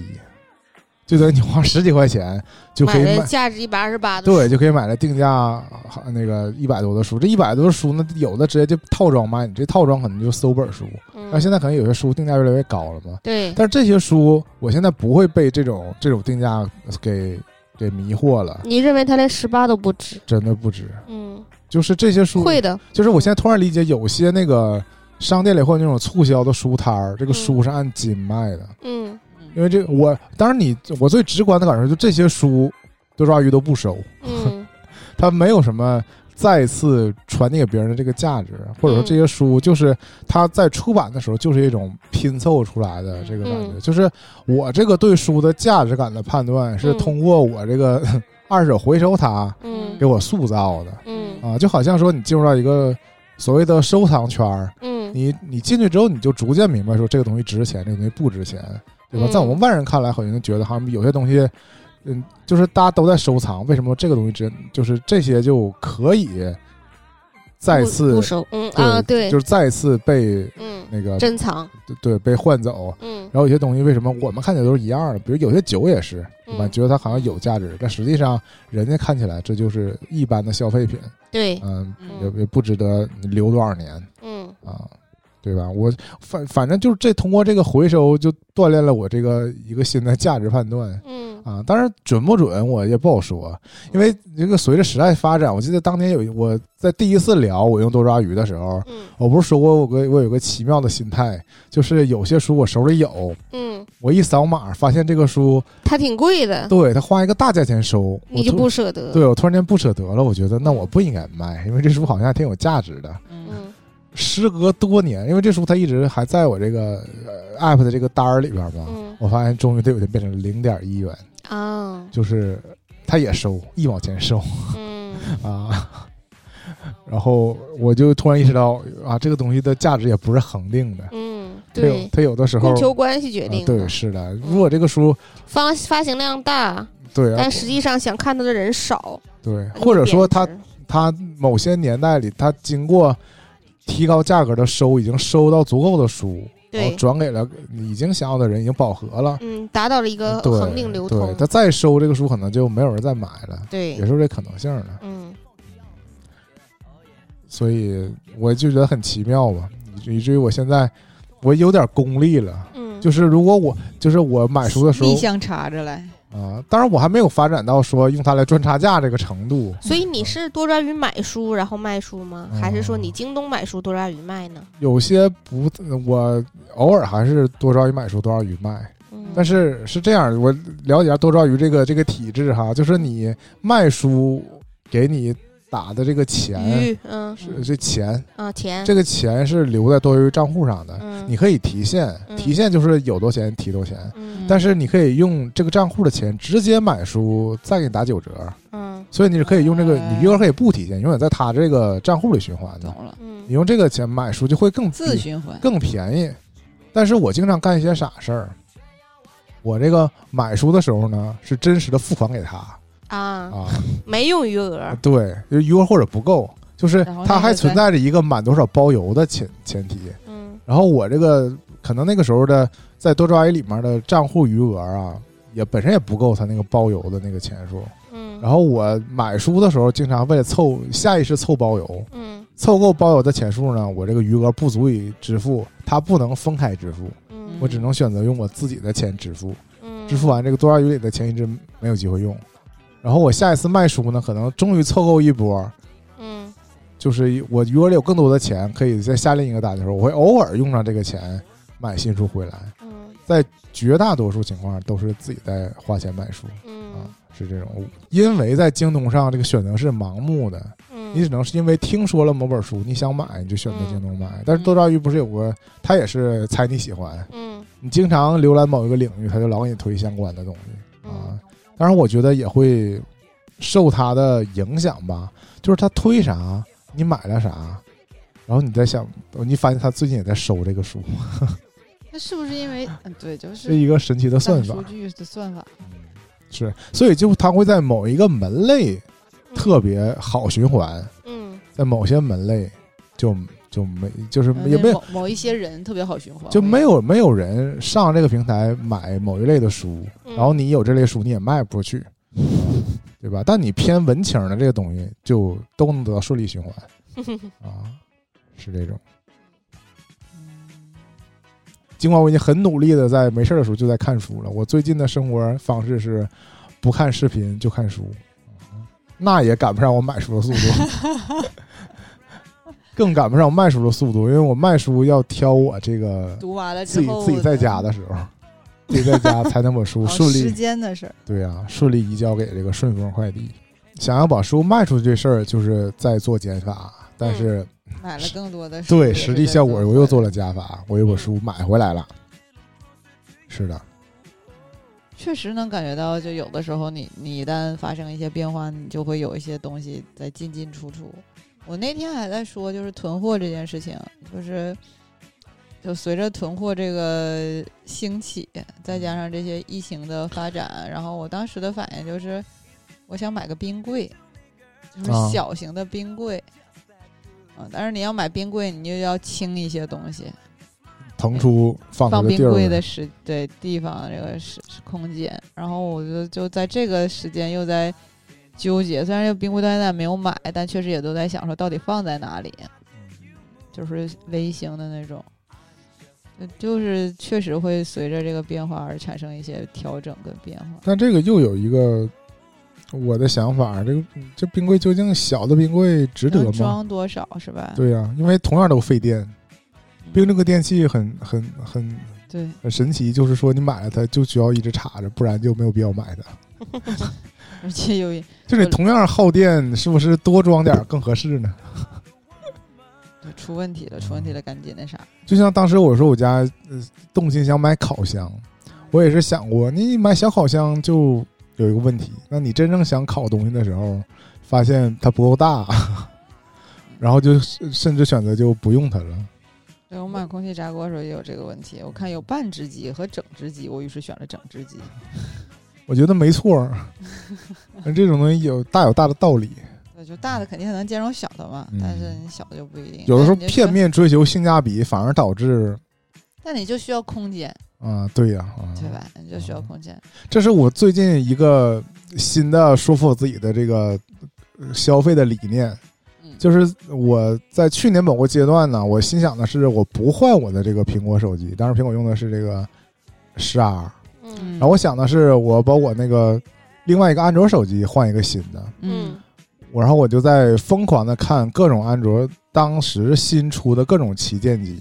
Speaker 1: 就等于你花十几块钱就可
Speaker 2: 买
Speaker 1: 以
Speaker 2: 了
Speaker 1: 买，
Speaker 2: 价值一百二十八的
Speaker 1: 对，
Speaker 2: 书，
Speaker 1: 就可以买了定价啊那个一百多的书。这一百多的书呢，有的直接就套装卖，你这套装可能就搜本书。
Speaker 2: 嗯
Speaker 1: 那现在可能有些书定价越来越高了嘛，
Speaker 2: 对
Speaker 1: 但是这些书我现在不会被这种这种定价给给迷惑了，
Speaker 2: 你认为他连十八都不值？
Speaker 1: 真的不值。
Speaker 2: 嗯，
Speaker 1: 就是这些书，
Speaker 2: 会的，
Speaker 1: 就是我现在突然理解，有些那个商店里会有那种促销的书摊儿，这个
Speaker 2: 嗯
Speaker 1: 书是按斤卖的，
Speaker 2: 嗯
Speaker 1: 因为这个我当然你我最直观的感受就这些书，多抓鱼都不收，
Speaker 2: 嗯
Speaker 1: 它没有什么再次传递给别人的这个价值，或者说
Speaker 2: 嗯
Speaker 1: 这些书就是它在出版的时候就是一种拼凑出来的这个感觉，
Speaker 2: 嗯
Speaker 1: 就是我这个对书的价值感的判断是
Speaker 2: 嗯
Speaker 1: 通过我这个 二手回收它
Speaker 2: 嗯
Speaker 1: 给我塑造的
Speaker 2: 嗯
Speaker 1: 啊，就好像说你进入到一个所谓的收藏圈儿，
Speaker 2: 嗯
Speaker 1: 你你进去之后，你就逐渐明白说这个东西值钱，这个东西不值钱，对吧？
Speaker 2: 嗯
Speaker 1: 在我们外人看来，好像觉得好像有些东西，嗯，就是大家都在收藏，为什么这个东西值？就是这些就可以再
Speaker 2: 不
Speaker 1: 次
Speaker 2: 不收，嗯啊对，
Speaker 1: 就是再次被
Speaker 2: 嗯
Speaker 1: 那个
Speaker 2: 珍藏，
Speaker 1: 对对被换走。
Speaker 2: 嗯
Speaker 1: 然后有些东西为什么我们看起来都是一样的？比如有些酒也是，对吧？
Speaker 2: 嗯
Speaker 1: 觉得它好像有价值，但实际上人家看起来这就是一般的消费品，
Speaker 2: 对，
Speaker 1: 嗯，也
Speaker 3: 嗯
Speaker 1: 也不值得你留多少年。
Speaker 2: 嗯
Speaker 1: 啊，对吧？我反反正就是这通过这个回收就锻炼了我这个一个新的价值判断
Speaker 2: 嗯
Speaker 1: 啊。当然准不准我也不好说，因为这个随着时代发展，我记得当年有一我在第一次聊我用多抓鱼的时候，
Speaker 2: 嗯
Speaker 1: 我不是说过我有个我有个奇妙的心态，就是有些书我手里有，
Speaker 2: 嗯，
Speaker 1: 我一扫码发现这个书
Speaker 2: 它挺贵的，
Speaker 1: 对他花一个大价钱收，
Speaker 2: 嗯你
Speaker 1: 我
Speaker 2: 就
Speaker 1: 突
Speaker 2: 不舍得，
Speaker 1: 对我突然间不舍得了，我觉得那我不应该卖，因为这书好像还挺有价值的。
Speaker 3: 嗯
Speaker 2: 嗯
Speaker 1: 时隔多年，因为这书它一直还在我这个、呃、app 的这个单儿里边嘛，
Speaker 2: 嗯
Speaker 1: 我发现终于它有天变成零点一元，
Speaker 2: 啊
Speaker 1: 就是它也收一毛钱收
Speaker 2: 嗯
Speaker 1: 啊。然后我就突然意识到啊，这个东西的价值也不是恒定的，
Speaker 2: 嗯
Speaker 1: 它有
Speaker 2: 对，
Speaker 1: 它有的时候
Speaker 2: 供求关系决
Speaker 1: 啊
Speaker 2: 定的，
Speaker 1: 对是的，如果这个书
Speaker 2: 发发行量大，
Speaker 1: 对啊
Speaker 2: 但实际上想看它的人少，
Speaker 1: 对，
Speaker 2: 它就
Speaker 1: 或者说它
Speaker 2: 贬值
Speaker 1: 它某些年代里它经过提高价格的收，已经收到足够的书，然后
Speaker 2: 对，
Speaker 1: 转给了已经想哦要的人，已经饱和了。
Speaker 2: 嗯，达到了一个
Speaker 1: 对
Speaker 2: 恒定流
Speaker 1: 对
Speaker 2: 通，
Speaker 1: 他再收这个书，可能就没有人再买了，
Speaker 2: 对
Speaker 1: 也，是有这可能性的。
Speaker 2: 嗯
Speaker 1: 所以我就觉得很奇妙吧，以以至于我现在我有点功利了。
Speaker 2: 嗯，
Speaker 1: 就是如果我就是我买书的时候
Speaker 3: 逆向查着来，
Speaker 1: 啊、当然我还没有发展到说用它来赚差价这个程度。
Speaker 2: 所以你是多抓鱼买书然后卖书吗？还是说
Speaker 1: 哦
Speaker 2: 你京东买书多抓鱼卖呢？
Speaker 1: 有些不，我偶尔还是多抓鱼买书，多抓鱼卖。
Speaker 2: 嗯，
Speaker 1: 但是是这样，我了解下多抓鱼这个这个体制哈，就是你卖书给你打的这个钱，
Speaker 2: 鱼，嗯
Speaker 1: 是这钱
Speaker 2: 啊
Speaker 3: 嗯
Speaker 2: 钱，
Speaker 1: 这个钱是留在多余账户上的，
Speaker 2: 嗯
Speaker 1: 你可以提现，
Speaker 2: 嗯
Speaker 1: 提现就是有多钱提多钱，
Speaker 2: 嗯
Speaker 1: 但是你可以用这个账户的钱直接买书，再给你打九折，
Speaker 2: 嗯
Speaker 1: 所以你是可以用这个，
Speaker 3: 哎
Speaker 1: 你余额可以不提现，永远在他这个账户里循环的
Speaker 3: 懂。了，
Speaker 1: 你
Speaker 2: 嗯
Speaker 1: 用这个钱买书就会更
Speaker 3: 自
Speaker 1: 低
Speaker 3: 循环，
Speaker 1: 更便宜。但是我经常干一些傻事儿，我这个买书的时候呢，是真实的付款给他
Speaker 2: 啊，
Speaker 3: 嗯
Speaker 1: 啊，
Speaker 2: 没用余额，
Speaker 1: 对，就余额或者不够，就是
Speaker 3: 然后那
Speaker 1: 它
Speaker 3: 个
Speaker 1: 还存
Speaker 3: 再
Speaker 1: 在着一个满多少包邮的前前提。
Speaker 2: 嗯
Speaker 1: 然后我这个可能那个时候的在多抓鱼里面的账户余额啊，也本身也不够他那个包邮的那个钱数。
Speaker 2: 嗯，
Speaker 1: 然后我买书的时候，经常为了凑下意识凑包邮，
Speaker 2: 嗯
Speaker 1: 凑够包邮的钱数呢，我这个余额不足以支付，它不能分开支付，
Speaker 2: 嗯，
Speaker 1: 我只能选择用我自己的钱支付。
Speaker 2: 嗯
Speaker 1: 支付完这个多抓鱼里的钱，一直没有机会用。然后我下一次卖书呢，可能终于凑够一波，
Speaker 2: 嗯
Speaker 1: 就是我余额里有更多的钱，可以在下另一个单的时候，我会偶尔用上这个钱买新书回来。
Speaker 2: 嗯
Speaker 1: 绝大多数情况都是自己在花钱买书啊
Speaker 2: 嗯，
Speaker 1: 是这种。因为在京东上这个选择是盲目的，
Speaker 2: 嗯，
Speaker 1: 你只能是因为听说了某本书，你想买你就选择京东买。但是多抓鱼不是有个，它也是猜你喜欢，
Speaker 2: 嗯
Speaker 1: 你经常浏览某一个领域，它就老给你推相关的东西啊
Speaker 2: 嗯。
Speaker 1: 当然，我觉得也会受它的影响吧，就是它推啥，你买了啥，然后你在想，你发现它最近也在收这个书，
Speaker 3: 那是不是因为嗯对，就是
Speaker 1: 是一个神奇的算
Speaker 3: 大
Speaker 1: 法
Speaker 3: 数。据的算法，
Speaker 1: 是，所以就它会在某一个门类特别好循环，
Speaker 2: 嗯
Speaker 1: 在某些门类就就没就是
Speaker 3: 嗯
Speaker 1: 也
Speaker 3: 那
Speaker 1: 没有
Speaker 3: 某某一些人特别好循环，
Speaker 1: 就没
Speaker 3: 有
Speaker 1: 有没有人上这个平台买某一类的书，
Speaker 2: 嗯
Speaker 1: 然后你有这类书你也卖不出去，对吧？但你偏文情的这个东西就都能得到顺利循环啊，是这种。
Speaker 3: 嗯
Speaker 1: 尽管我已经很努力的在没事儿的时候就在看书了，我最近的生活方式是不看视频就看书，啊那也赶不上我买书的速度， 更赶不上我卖书的速度，因为我卖书要挑我这个
Speaker 3: 读完了
Speaker 1: 自
Speaker 3: 之
Speaker 1: 己
Speaker 3: 后
Speaker 1: 自己在家的时候，自己在家才能把书
Speaker 3: 哦
Speaker 1: 顺
Speaker 3: 时
Speaker 1: 利
Speaker 3: 间的事儿，
Speaker 1: 对啊顺利移交给这个顺丰快递。想要把书卖出去这事儿，就是在做减法，但是、
Speaker 3: 买了更多的书
Speaker 1: 对
Speaker 3: 也是
Speaker 1: 实际
Speaker 3: 在
Speaker 1: 效果我又做
Speaker 3: 了，
Speaker 1: 了加法，我又
Speaker 3: 嗯
Speaker 1: 把书买回来了。是的，
Speaker 3: 确实能感觉到，就有的时候你你一旦发生一些变化，你就会有一些东西在进进出出。我那天还在说，就是囤货这件事情，就是就随着囤货这个兴起，再加上这些疫情的发展，然后我当时的反应就是，我想买个冰柜，就是
Speaker 1: 啊
Speaker 3: 小型的冰柜。嗯，但是你要买冰柜，你就要清一些东西，
Speaker 1: 腾出放
Speaker 3: 嗯放
Speaker 1: 出地
Speaker 3: 冰
Speaker 1: 儿
Speaker 3: 柜的时对地方这个时时空间，然后我就就在这个时间又在纠结，虽然这个冰柜到现在没有买，但确实也都在想说到底放在哪里，就是微型的那种，呃就就是确实会随着这个变化而产生一些调整跟变化。
Speaker 1: 但这个又有一个我的想法，这个这冰柜究竟小的冰柜值得
Speaker 3: 能
Speaker 1: 吗？
Speaker 3: 装多少是吧？
Speaker 1: 对呀、因为同样都费电，冰这个电器很很很
Speaker 3: 对，
Speaker 1: 很神奇，就是说你买了它就需要一直插着，不然就没有必要买它。
Speaker 3: 而且有一
Speaker 1: 就是
Speaker 3: 对
Speaker 1: 同样耗电，是不是多装点儿更合适呢？
Speaker 3: 对出问题了，出问题了，赶紧那啥。
Speaker 1: 就像当时我说我家呃动心想买烤箱，我也是想过，你买小烤箱就有一个问题，那你真正想烤东西的时候，发现它不够大， 然后就甚甚至选择就不用它了。
Speaker 3: 对我买空气炸锅的时候也有这个问题，我看有半只鸡和整只鸡，我于是选了整只鸡。
Speaker 1: 我觉得没错儿，这种东西有大有大的道理。
Speaker 3: 对，就大的肯定还能兼容小的嘛，
Speaker 1: 嗯
Speaker 3: 但是你小的就不一定。
Speaker 1: 有的时候
Speaker 3: 但你就需
Speaker 1: 片面追求性价比，反而导致
Speaker 3: 要，但你就需要空间，
Speaker 1: 啊、对呀、啊，
Speaker 3: 对吧？你就需要空间。
Speaker 1: 这是我最近一个新的说服我自己的这个呃消费的理念，
Speaker 3: 嗯，
Speaker 1: 就是我在去年某个阶段呢，我心想的是我不换我的这个苹果手机，当时苹果用的是这个十 R，
Speaker 2: 嗯
Speaker 1: 然后我想的是我把我那个另外一个安卓手机换一个新的，
Speaker 3: 嗯，
Speaker 1: 我然后我就在疯狂的看各种安卓当时新出的各种旗舰机，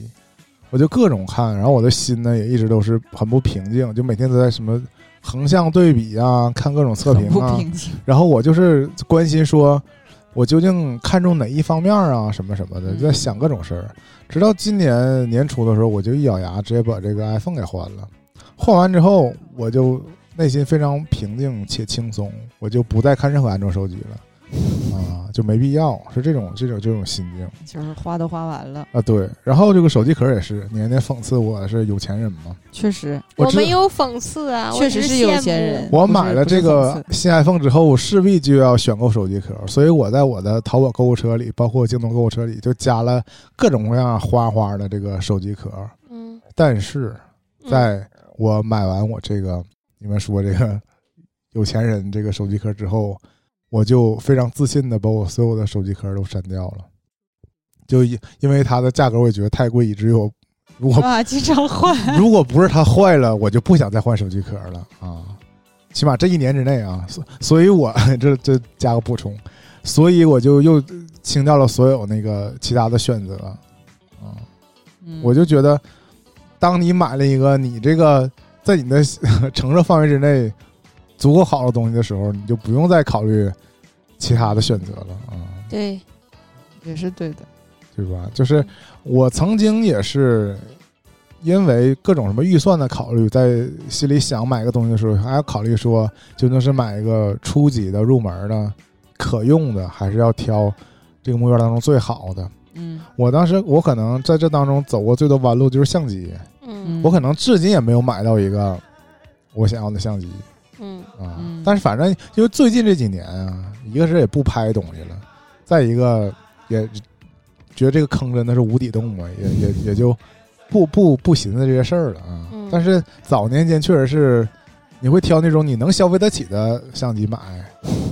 Speaker 1: 我就各种看，然后我的心呢也一直都是很不平静，就每天都在什么横向对比啊，看各种测评
Speaker 3: 很不
Speaker 1: 啊，
Speaker 3: 平静。
Speaker 1: 然后我就是关心说，我究竟看重哪一方面啊，什么什么的，
Speaker 3: 嗯
Speaker 1: 就在想各种事儿。直到今年年初的时候，我就一咬牙，直接把这个 iPhone 给换了。换完之后，我就内心非常平静且轻松，我就不再看任何安卓手机了，啊，就没必要，是这种这种这种心境
Speaker 3: 就是花都花完了，
Speaker 1: 啊。对，然后这个手机壳也是，你还在讽刺我是有钱人吗？
Speaker 3: 确实，
Speaker 2: 我
Speaker 1: 知
Speaker 2: 没有讽刺啊，我
Speaker 3: 确实
Speaker 2: 只
Speaker 3: 是
Speaker 2: 是
Speaker 3: 有
Speaker 2: 羡
Speaker 3: 钱
Speaker 2: 慕
Speaker 3: 人
Speaker 1: 我
Speaker 3: 不是
Speaker 1: 买了
Speaker 3: 不是
Speaker 1: 这
Speaker 3: 讽
Speaker 1: 个
Speaker 3: 刺
Speaker 1: 新 iPhone 之后，我势必就要选购手机壳，所以我在我的淘宝购物车里，包括京东购物车里，就加了各种各样花花的这个手机壳。
Speaker 2: 嗯，
Speaker 1: 但是，
Speaker 2: 嗯
Speaker 1: 在我买完我这个你们说这个有钱人这个手机壳之后，我就非常自信的把我所有的手机壳都删掉了，就因因为它的价格我也觉得太贵，以至于我如果
Speaker 3: 啊，经常换。
Speaker 1: 如果不是它坏了，我就不想再换手机壳了啊！起码这一年之内啊，所所以我 这这加个补充，所以我就又清掉了所有那个其他的选择啊。
Speaker 3: 嗯
Speaker 1: 我就觉得，当你买了一个你这个在你的 承受范围之内足够好的东西的时候，你就不用再考虑其他的选择了啊。
Speaker 2: 对，
Speaker 3: 也是对的，
Speaker 1: 对吧？就是
Speaker 3: 嗯
Speaker 1: 我曾经也是因为各种什么预算的考虑，在心里想买个东西的时候，还要考虑说，究竟是买一个初级的、入门的、可用的，还是要挑这个目标当中最好的。
Speaker 3: 嗯，
Speaker 1: 我当时我可能在这当中走过最多弯路就是相机，
Speaker 2: 嗯
Speaker 1: 我可能至今也没有买到一个我想要的相机
Speaker 2: 嗯
Speaker 1: 啊。
Speaker 3: 嗯
Speaker 1: 但是反正因为最近这几年啊，一个是也不拍东西了，再一个也觉得这个坑真的是无底洞嘛，也也也就不不不寻思这些事儿了啊。
Speaker 2: 嗯
Speaker 1: 但是早年间确实是，你会挑那种你能消费得起的相机买，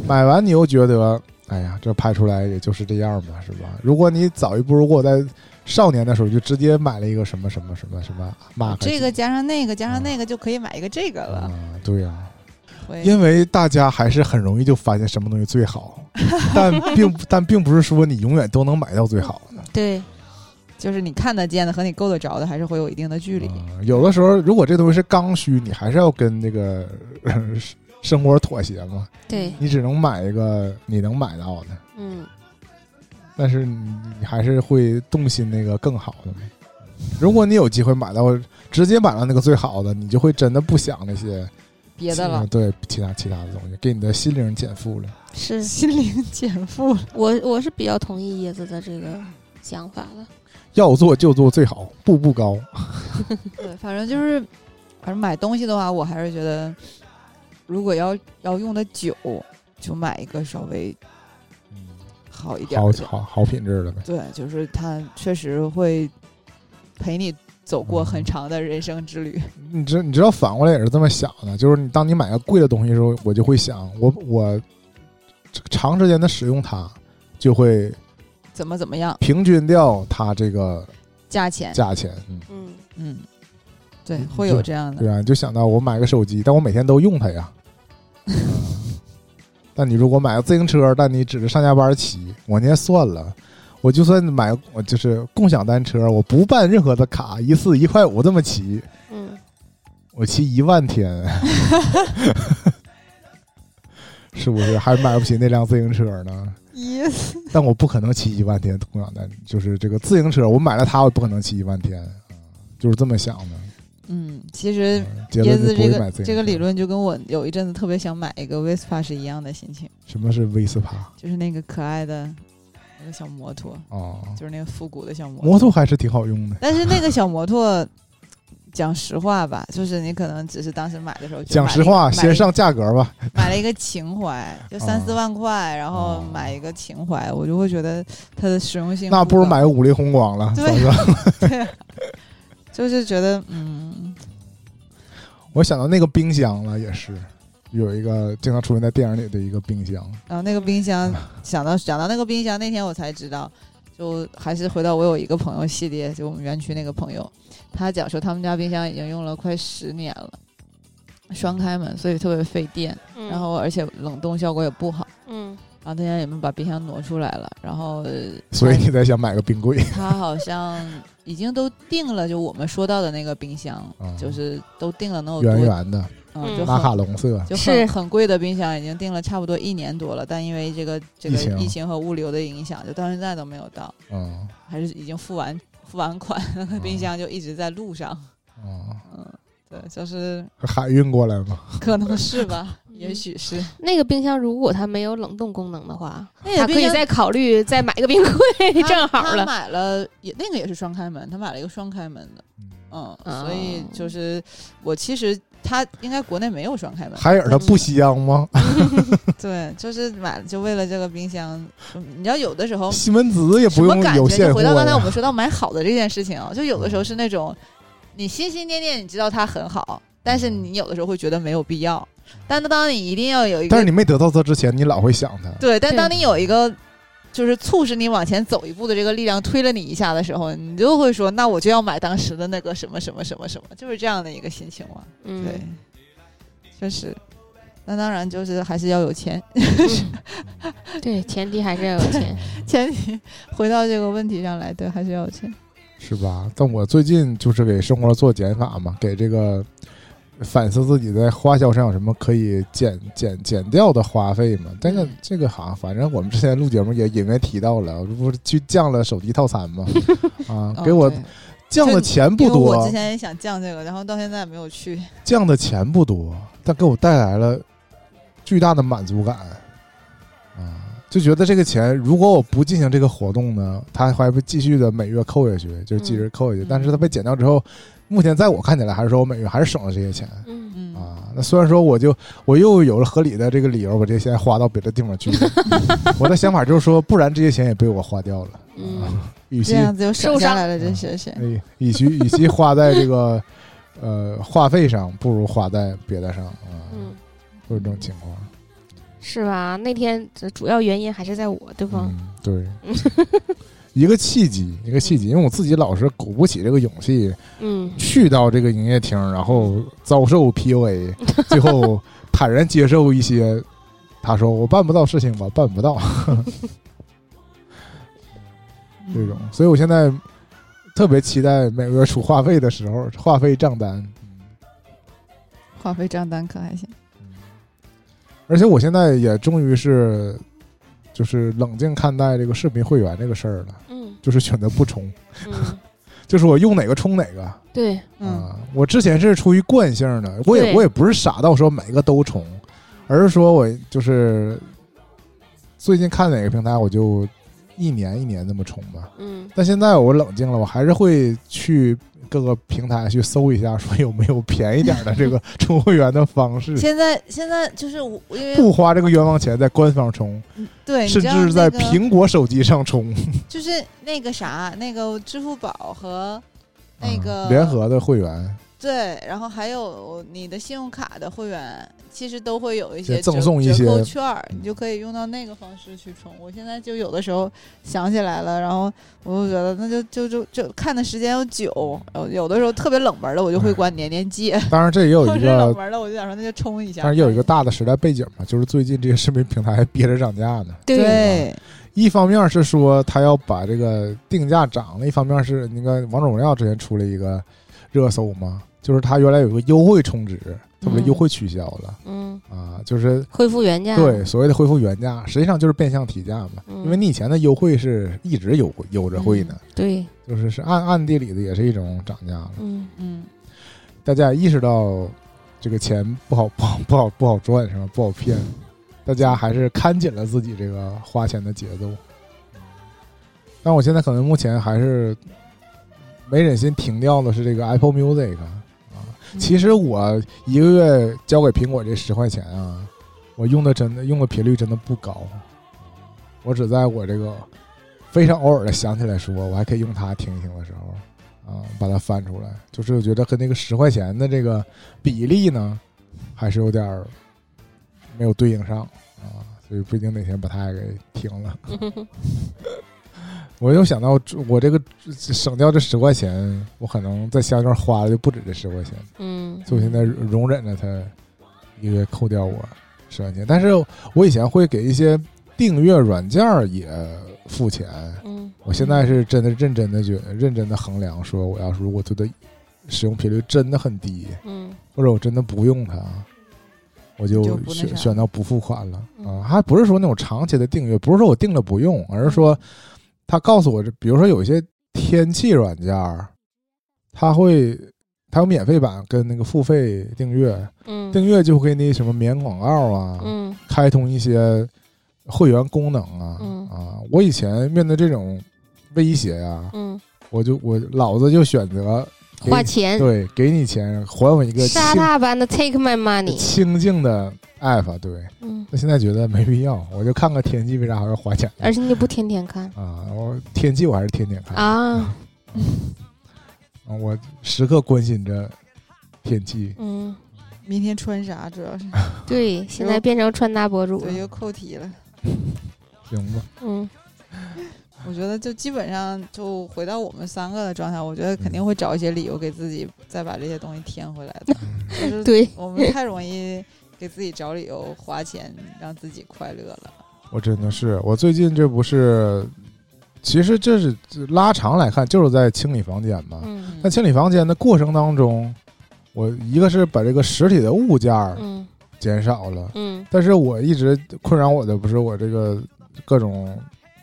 Speaker 1: 买完你又觉得，哎呀，这拍出来也就是这样吧，是吧？如果你早一步，如果我在少年的时候就直接买了一个什么什么什么什么 mark
Speaker 3: 这个加上那个
Speaker 1: 嗯
Speaker 3: 加上那个就可以买一个这个
Speaker 1: 啊
Speaker 3: 了。，
Speaker 1: 对呀、
Speaker 3: 会
Speaker 1: 因为大家还是很容易就发现什么东西最 好，但并但并不是说你永远都能买到最好的。
Speaker 2: 对，
Speaker 3: 就是你看得见的和你够得着的还是会有一定的距离。
Speaker 1: 啊有的时候，如果这东西是刚需，你还是要跟这个 呃生活妥协嘛。
Speaker 2: 对，
Speaker 1: 你只能买一个你能买到的，
Speaker 2: 嗯，
Speaker 1: 但是你你还是会动心那个更好的嘛。如果你有机会买到直接买到那个最好的，你就会真的不想那些
Speaker 3: 别
Speaker 1: 其
Speaker 3: 的了，
Speaker 1: 对其他其他的东西，给你的心灵减负了。
Speaker 2: 是
Speaker 3: 心灵减负了。
Speaker 2: 我我是比较同意椰子的这个想法的。
Speaker 1: 要做就做最好，步步高。
Speaker 3: 对，反正就是，反正买东西的话，我还是觉得，如果要要用的久，就买一个稍微
Speaker 1: 嗯
Speaker 3: 好一点
Speaker 1: 好
Speaker 3: 儿的。
Speaker 1: 好好品质的呗。
Speaker 3: 对，就是它确实会陪你走过很
Speaker 1: 嗯
Speaker 3: 长的人生之旅。
Speaker 1: 你知你知道反过来也是这么想的，就是你当你买个贵的东西的时候，我就会想，我我这个长时间的使用它，就会
Speaker 3: 怎么怎么样，
Speaker 1: 平均掉它这个
Speaker 3: 价钱，
Speaker 1: 价钱。嗯，
Speaker 2: 嗯，
Speaker 3: 嗯，对，
Speaker 1: 嗯
Speaker 3: 会
Speaker 1: 对
Speaker 3: 有这样的
Speaker 1: 对。啊，你就想到我买个手机，但我每天都用它 呀。嗯但你如果买个自行车，但你只是上下班骑，我那算了。我就算买我就是共享单车，我不办任何的卡，一次一块五这么骑，
Speaker 2: 嗯，
Speaker 1: 我骑一万天， 是不是还买不起那辆自行车呢？
Speaker 3: 意思
Speaker 1: 但我不可能骑一万天共享单，就是这个自行车，我买了它，我也不可能骑一万天啊，就是这么想的。
Speaker 3: 嗯，其实
Speaker 1: 嗯结
Speaker 3: 椰
Speaker 1: 论
Speaker 3: 子
Speaker 1: 是不
Speaker 3: 这
Speaker 1: 会买
Speaker 3: 个
Speaker 1: 自行车。
Speaker 3: 这个理论就跟我有一阵子特别想买一个 Vespa 是一样的心情，
Speaker 1: 什么是 Vespa
Speaker 3: 就是那个可爱的那个小摩托，
Speaker 1: 哦，
Speaker 3: 就是那个复古的小摩托。
Speaker 1: 摩托还是挺好用的。
Speaker 3: 但是那个小摩托，讲实话吧，就是你可能只是当时买的时候就
Speaker 1: 讲
Speaker 3: 买了
Speaker 1: 实
Speaker 3: 一个
Speaker 1: 话，
Speaker 3: 买了
Speaker 1: 先
Speaker 3: 一
Speaker 1: 上价格吧。
Speaker 3: 买了一个情怀，就三四万块，然后买一个情怀，我就会觉得它的实用性
Speaker 1: 啊那不如
Speaker 3: 高
Speaker 1: 买，个五菱宏光了。
Speaker 3: 对
Speaker 1: 嫂子，
Speaker 3: 就是觉得嗯，
Speaker 1: 我想到那个冰箱了，也是有一个经常出现在电影里的一个冰箱。
Speaker 3: 然后那个冰箱，想到想到那个冰箱，那天我才知道，就还是回到我有一个朋友系列，就我们园区那个朋友，他讲说他们家冰箱已经用了快十年了，双开门，所以特别费电，
Speaker 2: 嗯
Speaker 3: 然后而且冷冻效果也不好。
Speaker 2: 嗯
Speaker 3: 然后那天你们把冰箱挪出来了，然后呃
Speaker 1: 所以你才想买个冰柜，
Speaker 3: 他好像已经都定了，就我们说到的那个冰箱，
Speaker 1: 啊
Speaker 3: 就是都定了能有多，
Speaker 1: 圆圆的，
Speaker 3: 嗯，
Speaker 2: 嗯
Speaker 3: 就
Speaker 1: 马卡
Speaker 3: 很
Speaker 1: 龙色，
Speaker 3: 就是很很贵的冰箱，已经定了差不多一年多了，但因为这个这个
Speaker 1: 疫情
Speaker 3: 疫情和物流的影响，就到现在都没有到，
Speaker 1: 嗯
Speaker 3: 还是已经付 完付完款，那个冰箱就一直在路上，
Speaker 1: 嗯，
Speaker 3: 嗯。对，就是
Speaker 1: 海运过来嘛，
Speaker 3: 可能 是吧，也
Speaker 2: 嗯
Speaker 3: 许是。
Speaker 2: 那个冰箱如果它没有冷冻功能的话，
Speaker 3: 那
Speaker 2: 它可
Speaker 3: 个冰
Speaker 2: 以
Speaker 3: 箱
Speaker 2: 再考虑再买个冰柜，
Speaker 3: 他
Speaker 2: 正好
Speaker 3: 他
Speaker 2: 了。
Speaker 3: 买了也那个也是双开门，他买了一个双开门的，嗯，所以
Speaker 2: 哦
Speaker 3: 就是我其实他应该国内没有双 开门，
Speaker 1: 海尔它不香吗？
Speaker 3: 对，就是买了就为了这个冰箱，嗯你知道有的时 候
Speaker 1: 西门子也
Speaker 3: 什
Speaker 1: 不
Speaker 3: 么
Speaker 1: 用
Speaker 3: 感
Speaker 1: 有
Speaker 3: 觉？
Speaker 1: 现货
Speaker 3: 就
Speaker 1: 嗯
Speaker 3: 回到刚才我
Speaker 1: 呀，
Speaker 3: 们说到买好的这件事情啊，就有的时候是那种你心心念念你知道它很好，但
Speaker 1: 嗯
Speaker 3: 是你有的时候会觉得没有必要，但当你一定要有一
Speaker 1: 但
Speaker 3: 个
Speaker 1: 是你没得到它之前，你老会想它。
Speaker 3: 对，但
Speaker 2: 对
Speaker 3: 当你有一个就是促使你往前走一步的这个力量推了你一下的时候，你就会说，那我就要买当时的那个什么什么什么什么，就是这样的一个心情嘛。对，
Speaker 2: 嗯，
Speaker 3: 确实。那当然就是还是要有钱，
Speaker 2: 对，前提还是要有钱。
Speaker 3: 前提回到这个问题上来，对，还是要有钱。
Speaker 1: 是吧？但我最近就是给生活做减法嘛，给这个反思自己在花销上有什么可以减减减掉的花费嘛。但是
Speaker 3: 嗯
Speaker 1: 这个好像反正我们之前录节目也隐约提到了，我这不是去降了手机套餐 嘛？啊，
Speaker 3: 嗯
Speaker 1: 给我
Speaker 3: 对
Speaker 1: 降的钱不
Speaker 3: 因为我
Speaker 1: 多啊
Speaker 3: 之，前也想降这个，然后到现在没有去。
Speaker 1: 降的钱不多，但给我带来了巨大的满足感啊！就觉得这个钱，如果我不进行这个活动呢，它还会继续的每月扣下去，就是继续扣下去。
Speaker 3: 嗯
Speaker 1: 但是它被减掉之后，目前在我看起来，还是说我每月还是省了这些钱
Speaker 2: 嗯，
Speaker 3: 嗯，
Speaker 1: 啊。那虽然说我就我又有了合理的这 个理由，把这些钱花到别的地方去了，我的想法就是说，不然这些钱也被我花掉了。啊
Speaker 2: 嗯，
Speaker 1: 与其
Speaker 3: 这样子就省
Speaker 2: 受
Speaker 3: 下
Speaker 2: 伤
Speaker 3: 来了，真是是。
Speaker 1: 哎，与其与其花在这个呃话费上，不如花在别的上啊，
Speaker 2: 嗯，
Speaker 1: 会有这种情况。
Speaker 2: 是吧？那天这主要原因还是在嗯我，对吧？
Speaker 1: 嗯，对，一个契机，一个契机，因为我自己老是鼓不起这个勇气
Speaker 2: 嗯，
Speaker 1: 去到这个营业厅，然后遭受 PUA，最 后坦然接受一些他说我办不到事情吧，办不到
Speaker 3: 嗯
Speaker 1: 这种，所以我现在特别期待每个月出话费的时候，话费账单。
Speaker 3: 话费账单可还行，
Speaker 1: 嗯而且我现在也终于是，就是冷静看待这个视频会员这个事儿了，
Speaker 2: 嗯
Speaker 1: 就是选择不充，
Speaker 2: 嗯，
Speaker 1: 就是我用哪个充哪个。
Speaker 2: 对，
Speaker 3: 嗯，
Speaker 1: 啊，我之前是出于惯性的，我也
Speaker 2: 对
Speaker 1: 我也不是傻到说每个都充，而是说我就是最近看哪个平台我就一年一年那么充吧。
Speaker 2: 嗯
Speaker 1: 但现在我冷静了，我还是会去各个平台去搜一下，说有没有便宜点的这个 充会员的方式，
Speaker 3: 现在现在就是我，因为
Speaker 1: 不花这个冤枉钱在官方充，
Speaker 3: 对，哎你
Speaker 1: 甚
Speaker 3: 知道
Speaker 1: 至是在
Speaker 3: 那个
Speaker 1: 苹果手机上充。
Speaker 3: 就是那个啥，那个支付宝和那
Speaker 1: 啊
Speaker 3: 个
Speaker 1: 联合的会员
Speaker 3: 对，然后还有你的信用卡的会员，其实都会有一
Speaker 1: 也
Speaker 3: 些
Speaker 1: 赠
Speaker 3: 折
Speaker 1: 送一些
Speaker 3: 折扣券儿，
Speaker 1: 嗯
Speaker 3: 你就可以用到那个方式去充。我现在就有的时候想起来了，然后我就觉得那就就就就看的时间又久，然后有的时候特别冷门的，我就会关年年 借；
Speaker 1: 当然这也嗯有
Speaker 3: 或
Speaker 1: 一
Speaker 3: 者冷
Speaker 1: 个，
Speaker 3: 门的，我就想说那就充一下。
Speaker 1: 但是也有一个大的时代背景嘛，就是最近这些视频平台还憋着涨价呢。
Speaker 3: 对
Speaker 1: 一方面是说他要把这个定价涨了，一方面是那个《王者荣耀》之前出了一个热搜嘛，就是它原来有个优惠充值，它把这
Speaker 2: 嗯
Speaker 1: 优惠取消了、
Speaker 2: 嗯，
Speaker 1: 啊，就是
Speaker 2: 恢复原价，
Speaker 1: 对所谓的恢复原价，实际上就是变相提价嘛，
Speaker 2: 嗯
Speaker 1: 因为你以前的优惠是一直有有着惠的，
Speaker 2: 对，
Speaker 1: 就是是暗暗地里的也是一种涨价了。
Speaker 2: 嗯
Speaker 3: 嗯，
Speaker 1: 大家也意识到这个钱不好不 好不好不好赚是吧？不好骗，大家还是看紧了自己这个花钱的节奏。但我现在可能目前还是没忍心停掉的是这个 Apple Music 啊。其实我一个月交给苹果这十块钱啊，我用的真的用的频率真的不高，我只在我这个非常偶尔的想起来说，我还可以用它听一听的时候。啊，把它翻出来，就是我觉得跟那个十块钱的这个比例呢，还是有点儿没有对应上啊，所以不一定哪天把它也给停了。我又想到我这个省掉这十块钱，我可能在下一段花的就不止这十块钱，
Speaker 2: 嗯
Speaker 1: 所以我现在容忍着它一个月扣掉我十块钱，但是我以前会给一些订阅软件儿也付钱，
Speaker 2: 嗯
Speaker 1: 我现在是真的认真的觉认真的衡量，说我要是如果觉得使用频率真的很低，
Speaker 2: 嗯
Speaker 1: 或者我真的不用它，我就
Speaker 3: 就不那啥
Speaker 1: 选选到不付款了啊
Speaker 2: 嗯。
Speaker 1: 还不是说那种长期的订阅，不是说我订了不用，而是说他告诉我，这，比如说有一些天气软件儿，它会它有免费版跟那个付费订阅，
Speaker 2: 嗯
Speaker 1: 订阅就会给你什么免广告啊，
Speaker 2: 嗯
Speaker 1: 开通一些会员功能啊、
Speaker 2: 嗯
Speaker 1: 啊！我以前面对这种威胁啊，
Speaker 2: 嗯，
Speaker 1: 我就我老子就选择给
Speaker 2: 花
Speaker 1: 你
Speaker 2: 钱，
Speaker 1: 对，给你钱还我一个
Speaker 2: 沙
Speaker 1: 清
Speaker 2: 大般的 take my money，
Speaker 1: 清静的 app。对，
Speaker 2: 嗯，
Speaker 1: 那现在觉得没必要，我就看看天气，为啥还要花钱
Speaker 2: 而且你也不天天看
Speaker 1: 啊？我天气我还是天天看
Speaker 2: 啊，
Speaker 1: 啊我时刻关心着天气。
Speaker 2: 嗯，
Speaker 3: 明天穿啥主 要是
Speaker 2: 对，现在变成穿搭博主了
Speaker 3: 对，又扣题了。
Speaker 1: 行吧，
Speaker 2: 嗯
Speaker 3: 我觉得就基本上就回到我们三个的状态，我觉得肯
Speaker 1: 嗯
Speaker 3: 定会找一些理由给自己再把这些东西填回来 的。就是
Speaker 2: 对，
Speaker 3: 我们太容易给自己找理由花钱让自己快乐了。
Speaker 1: 我真的是，我最近这不是，其实这是拉长来看，就是在清理房间嘛。
Speaker 2: 嗯
Speaker 1: 在清理房间的过程当中，我一个是把这个实体的物件儿
Speaker 2: 嗯
Speaker 1: 减少了，
Speaker 2: 嗯
Speaker 1: 但是我一直困扰我的不是我这个各种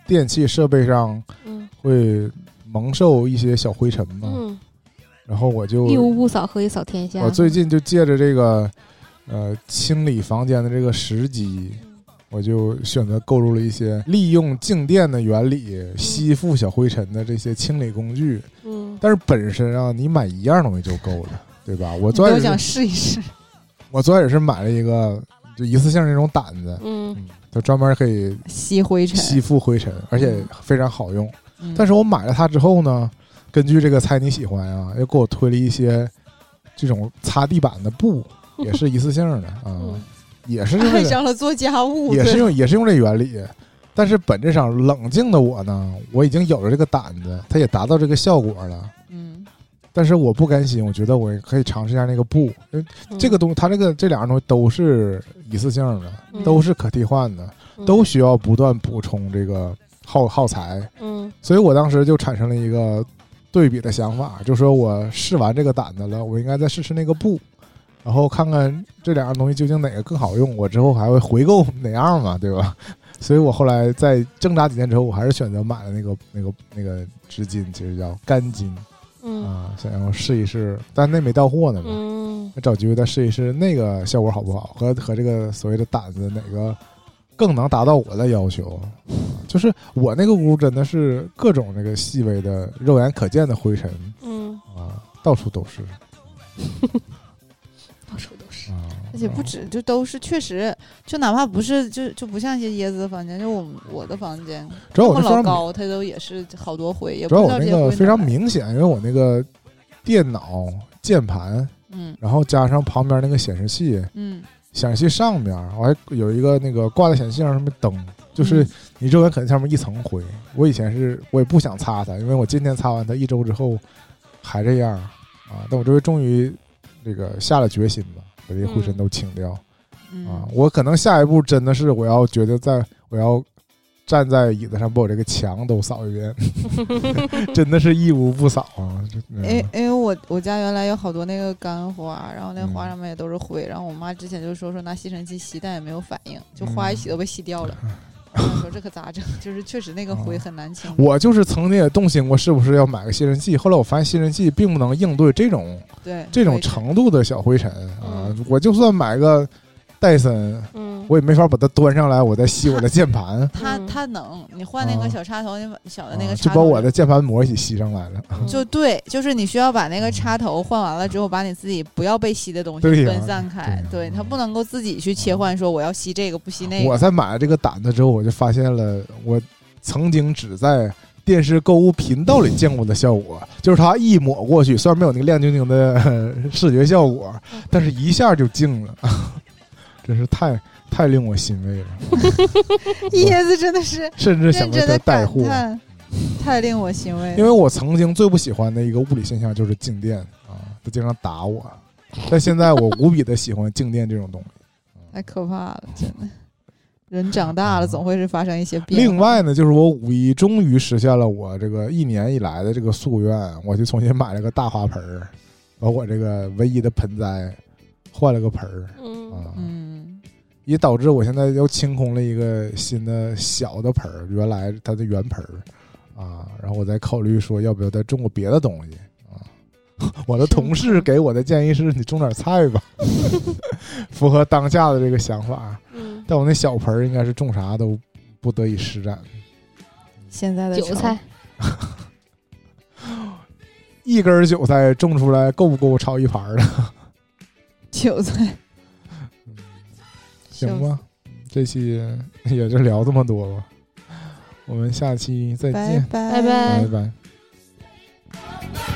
Speaker 1: 电器设备上
Speaker 2: 嗯
Speaker 1: 会蒙受一些小灰尘嘛，
Speaker 2: 嗯，
Speaker 1: 然后我就
Speaker 2: 一屋不扫，何以扫天下？
Speaker 1: 我最近就借着这个呃清理房间的这个时机。我就选择购入了一些利用静电的原理吸附小灰尘的这些清理工具，
Speaker 2: 嗯
Speaker 1: 但是本身啊，你买一样东西就够了，对吧？我
Speaker 3: 我
Speaker 1: 昨
Speaker 3: 都
Speaker 1: 天
Speaker 3: 想
Speaker 1: 也是
Speaker 3: 试一试，
Speaker 1: 我昨天也是买了一个就一次性那种掸子，
Speaker 2: 嗯
Speaker 1: 它专门可以
Speaker 3: 吸灰
Speaker 1: 吸
Speaker 3: 尘。
Speaker 1: 附灰尘，而且非常好用。
Speaker 3: 嗯
Speaker 1: 但是我买了它之后呢，根据这个猜你喜欢啊，又给我推了一些这种擦地板的布，也是一次性的啊，
Speaker 2: 嗯
Speaker 1: 也是用
Speaker 3: 爱
Speaker 1: 这个，
Speaker 3: 上了做家务，
Speaker 1: 也是
Speaker 3: 对
Speaker 1: 用也是用这原理。但是本质上，冷静的我呢，我已经有了这个胆子，它也达到这个效果了。
Speaker 3: 嗯
Speaker 1: 但是我不甘心，我觉得我可以尝试一下那个布，因为
Speaker 2: 嗯
Speaker 1: 这
Speaker 3: 嗯
Speaker 1: 个东西，它这个这两样东西都是一次性的，
Speaker 2: 嗯
Speaker 1: 都是可替换的，
Speaker 2: 嗯
Speaker 1: 都需要不断补充这个耗耗材。
Speaker 2: 嗯
Speaker 1: 所以我当时就产生了一个对比的想法，就说我试完这个胆子了，我应该再试试那个布，然后看看这两样东西究竟哪个更好用，我之后还会回购哪样嘛，对吧？ 所以我后来在挣扎几天之后，我还是选择买了那个那个那个织巾，其实叫干巾
Speaker 2: 嗯
Speaker 1: 啊，想要试一试，但那没到货呢嘛。
Speaker 2: 嗯
Speaker 1: 找机会再试一试那个效果好不好，和和这个所谓的胆子哪个更能达到我的要求。就是我那个屋真的是各种那个细微的、肉眼可见的灰尘
Speaker 2: 嗯，
Speaker 1: 啊，到处都是
Speaker 2: 到处都是。
Speaker 1: 啊，
Speaker 3: 而且不止，就都是确实，就哪怕不是，就就不像一些椰子的房间，就我们我的房间，
Speaker 1: 主要
Speaker 3: 这
Speaker 1: 我
Speaker 3: 么
Speaker 1: 那非
Speaker 3: 老
Speaker 1: 常
Speaker 3: 高，它都也是好多灰，也
Speaker 1: 主要
Speaker 3: 不知
Speaker 1: 我
Speaker 3: 道这
Speaker 1: 那
Speaker 3: 些
Speaker 1: 个
Speaker 3: 灰
Speaker 1: 非
Speaker 3: 哪
Speaker 1: 常
Speaker 3: 来，
Speaker 1: 明显，因为我那个电脑键盘，
Speaker 3: 嗯
Speaker 1: 然后加上旁边那个显示器，
Speaker 3: 嗯，
Speaker 1: 显示器上面我还有一个那个挂在显示器上面的灯，就是
Speaker 3: 嗯
Speaker 1: 你肉眼可见上面一层灰。我以前是我也不想擦它，因为我今天擦完它一周之后还这样啊。但我这回终于这个下了决心吧，把这些灰尘都清掉、
Speaker 3: 嗯
Speaker 1: 啊。我可能下一步真的是我要觉得在我要站在椅子上把我这个墙都扫一遍，真的是一屋不扫啊。这嗯
Speaker 3: 因因为我我家原来有好多那个干花，然后那花
Speaker 1: 嗯
Speaker 3: 上面也都是灰，然后我妈之前就说说拿吸尘器吸，但也没有反应，就花一洗
Speaker 1: 嗯哦
Speaker 3: 都被吸掉了。我想说这可咋整？就是确实那个灰很难清。
Speaker 1: 我就是曾经也动心过，是不是要买个吸尘器？后来我发现吸尘器并不能应对这种
Speaker 3: 对
Speaker 1: 这种
Speaker 3: 灰尘
Speaker 1: 程度的小灰尘啊
Speaker 2: 嗯！
Speaker 1: 我就算买个戴森，
Speaker 2: 嗯，
Speaker 1: 我也没法把它端上来，我再吸我的键盘，
Speaker 3: 它
Speaker 2: 嗯
Speaker 3: 它能，你换那
Speaker 1: 啊
Speaker 3: 个小插头，你把小呃的那
Speaker 1: 啊
Speaker 3: 个
Speaker 1: 就
Speaker 3: 插
Speaker 1: 把
Speaker 3: 头，嗯
Speaker 1: 我的键盘膜一起吸上来了。
Speaker 3: 就对，就是你需要把那个插头换完了之后，把你自己不要被吸的东西
Speaker 1: 嗯对呀
Speaker 3: 分散
Speaker 1: 对
Speaker 3: 开
Speaker 1: 呀。
Speaker 3: 对，它
Speaker 1: 嗯
Speaker 3: 不能够自己去切换，说我要吸这个不吸那
Speaker 1: 我
Speaker 3: 个。
Speaker 1: 在买了这个胆子之后，我就发现了我曾经只在电视购物频道里见过的效果，就是它一抹过去，虽然没有那个亮晶晶的呵视觉效果，但是一下就静了， 真是太太令我欣慰了，
Speaker 3: 椰子真的是
Speaker 1: 甚至想
Speaker 3: 认
Speaker 1: 为
Speaker 3: 真
Speaker 1: 它
Speaker 3: 的
Speaker 1: 带
Speaker 3: 感
Speaker 1: 货。
Speaker 3: 叹，太令我欣慰了。
Speaker 1: 因为我曾经最不喜欢的一个物理现象就是静电啊，它经常打我。但现在我无比的喜欢静电这种东西。
Speaker 3: 太可怕了，真的。人长大了，总会是发生一些
Speaker 1: 嗯
Speaker 3: 变化。嗯
Speaker 1: 另外呢，就是我五一终于实现了我这个一年以来的这个夙愿，我就重新买了个大花盆儿，把我这个唯一的盆栽换了个盆儿
Speaker 2: 嗯
Speaker 1: 啊，
Speaker 3: 嗯，
Speaker 1: 也导致我现在又清空了一个新的小的盆儿，原来它的原盆儿啊，然后我再考虑说要不要再种个别的东西啊。 我的同事给我的建议是，你种点菜吧， 符合当下的这个想法。
Speaker 2: 嗯，
Speaker 1: 但我那小盆儿应该是种啥都不得以施展，
Speaker 3: 现在的
Speaker 2: 韭菜，
Speaker 1: 一根儿韭菜种出来够不够炒一盘儿的？
Speaker 3: 韭菜，
Speaker 1: 嗯行吧，这期也就聊这么多吧，我们下期再
Speaker 3: 拜
Speaker 1: 见，
Speaker 2: 拜
Speaker 3: 拜
Speaker 1: 拜
Speaker 2: 拜
Speaker 1: 拜
Speaker 4: 「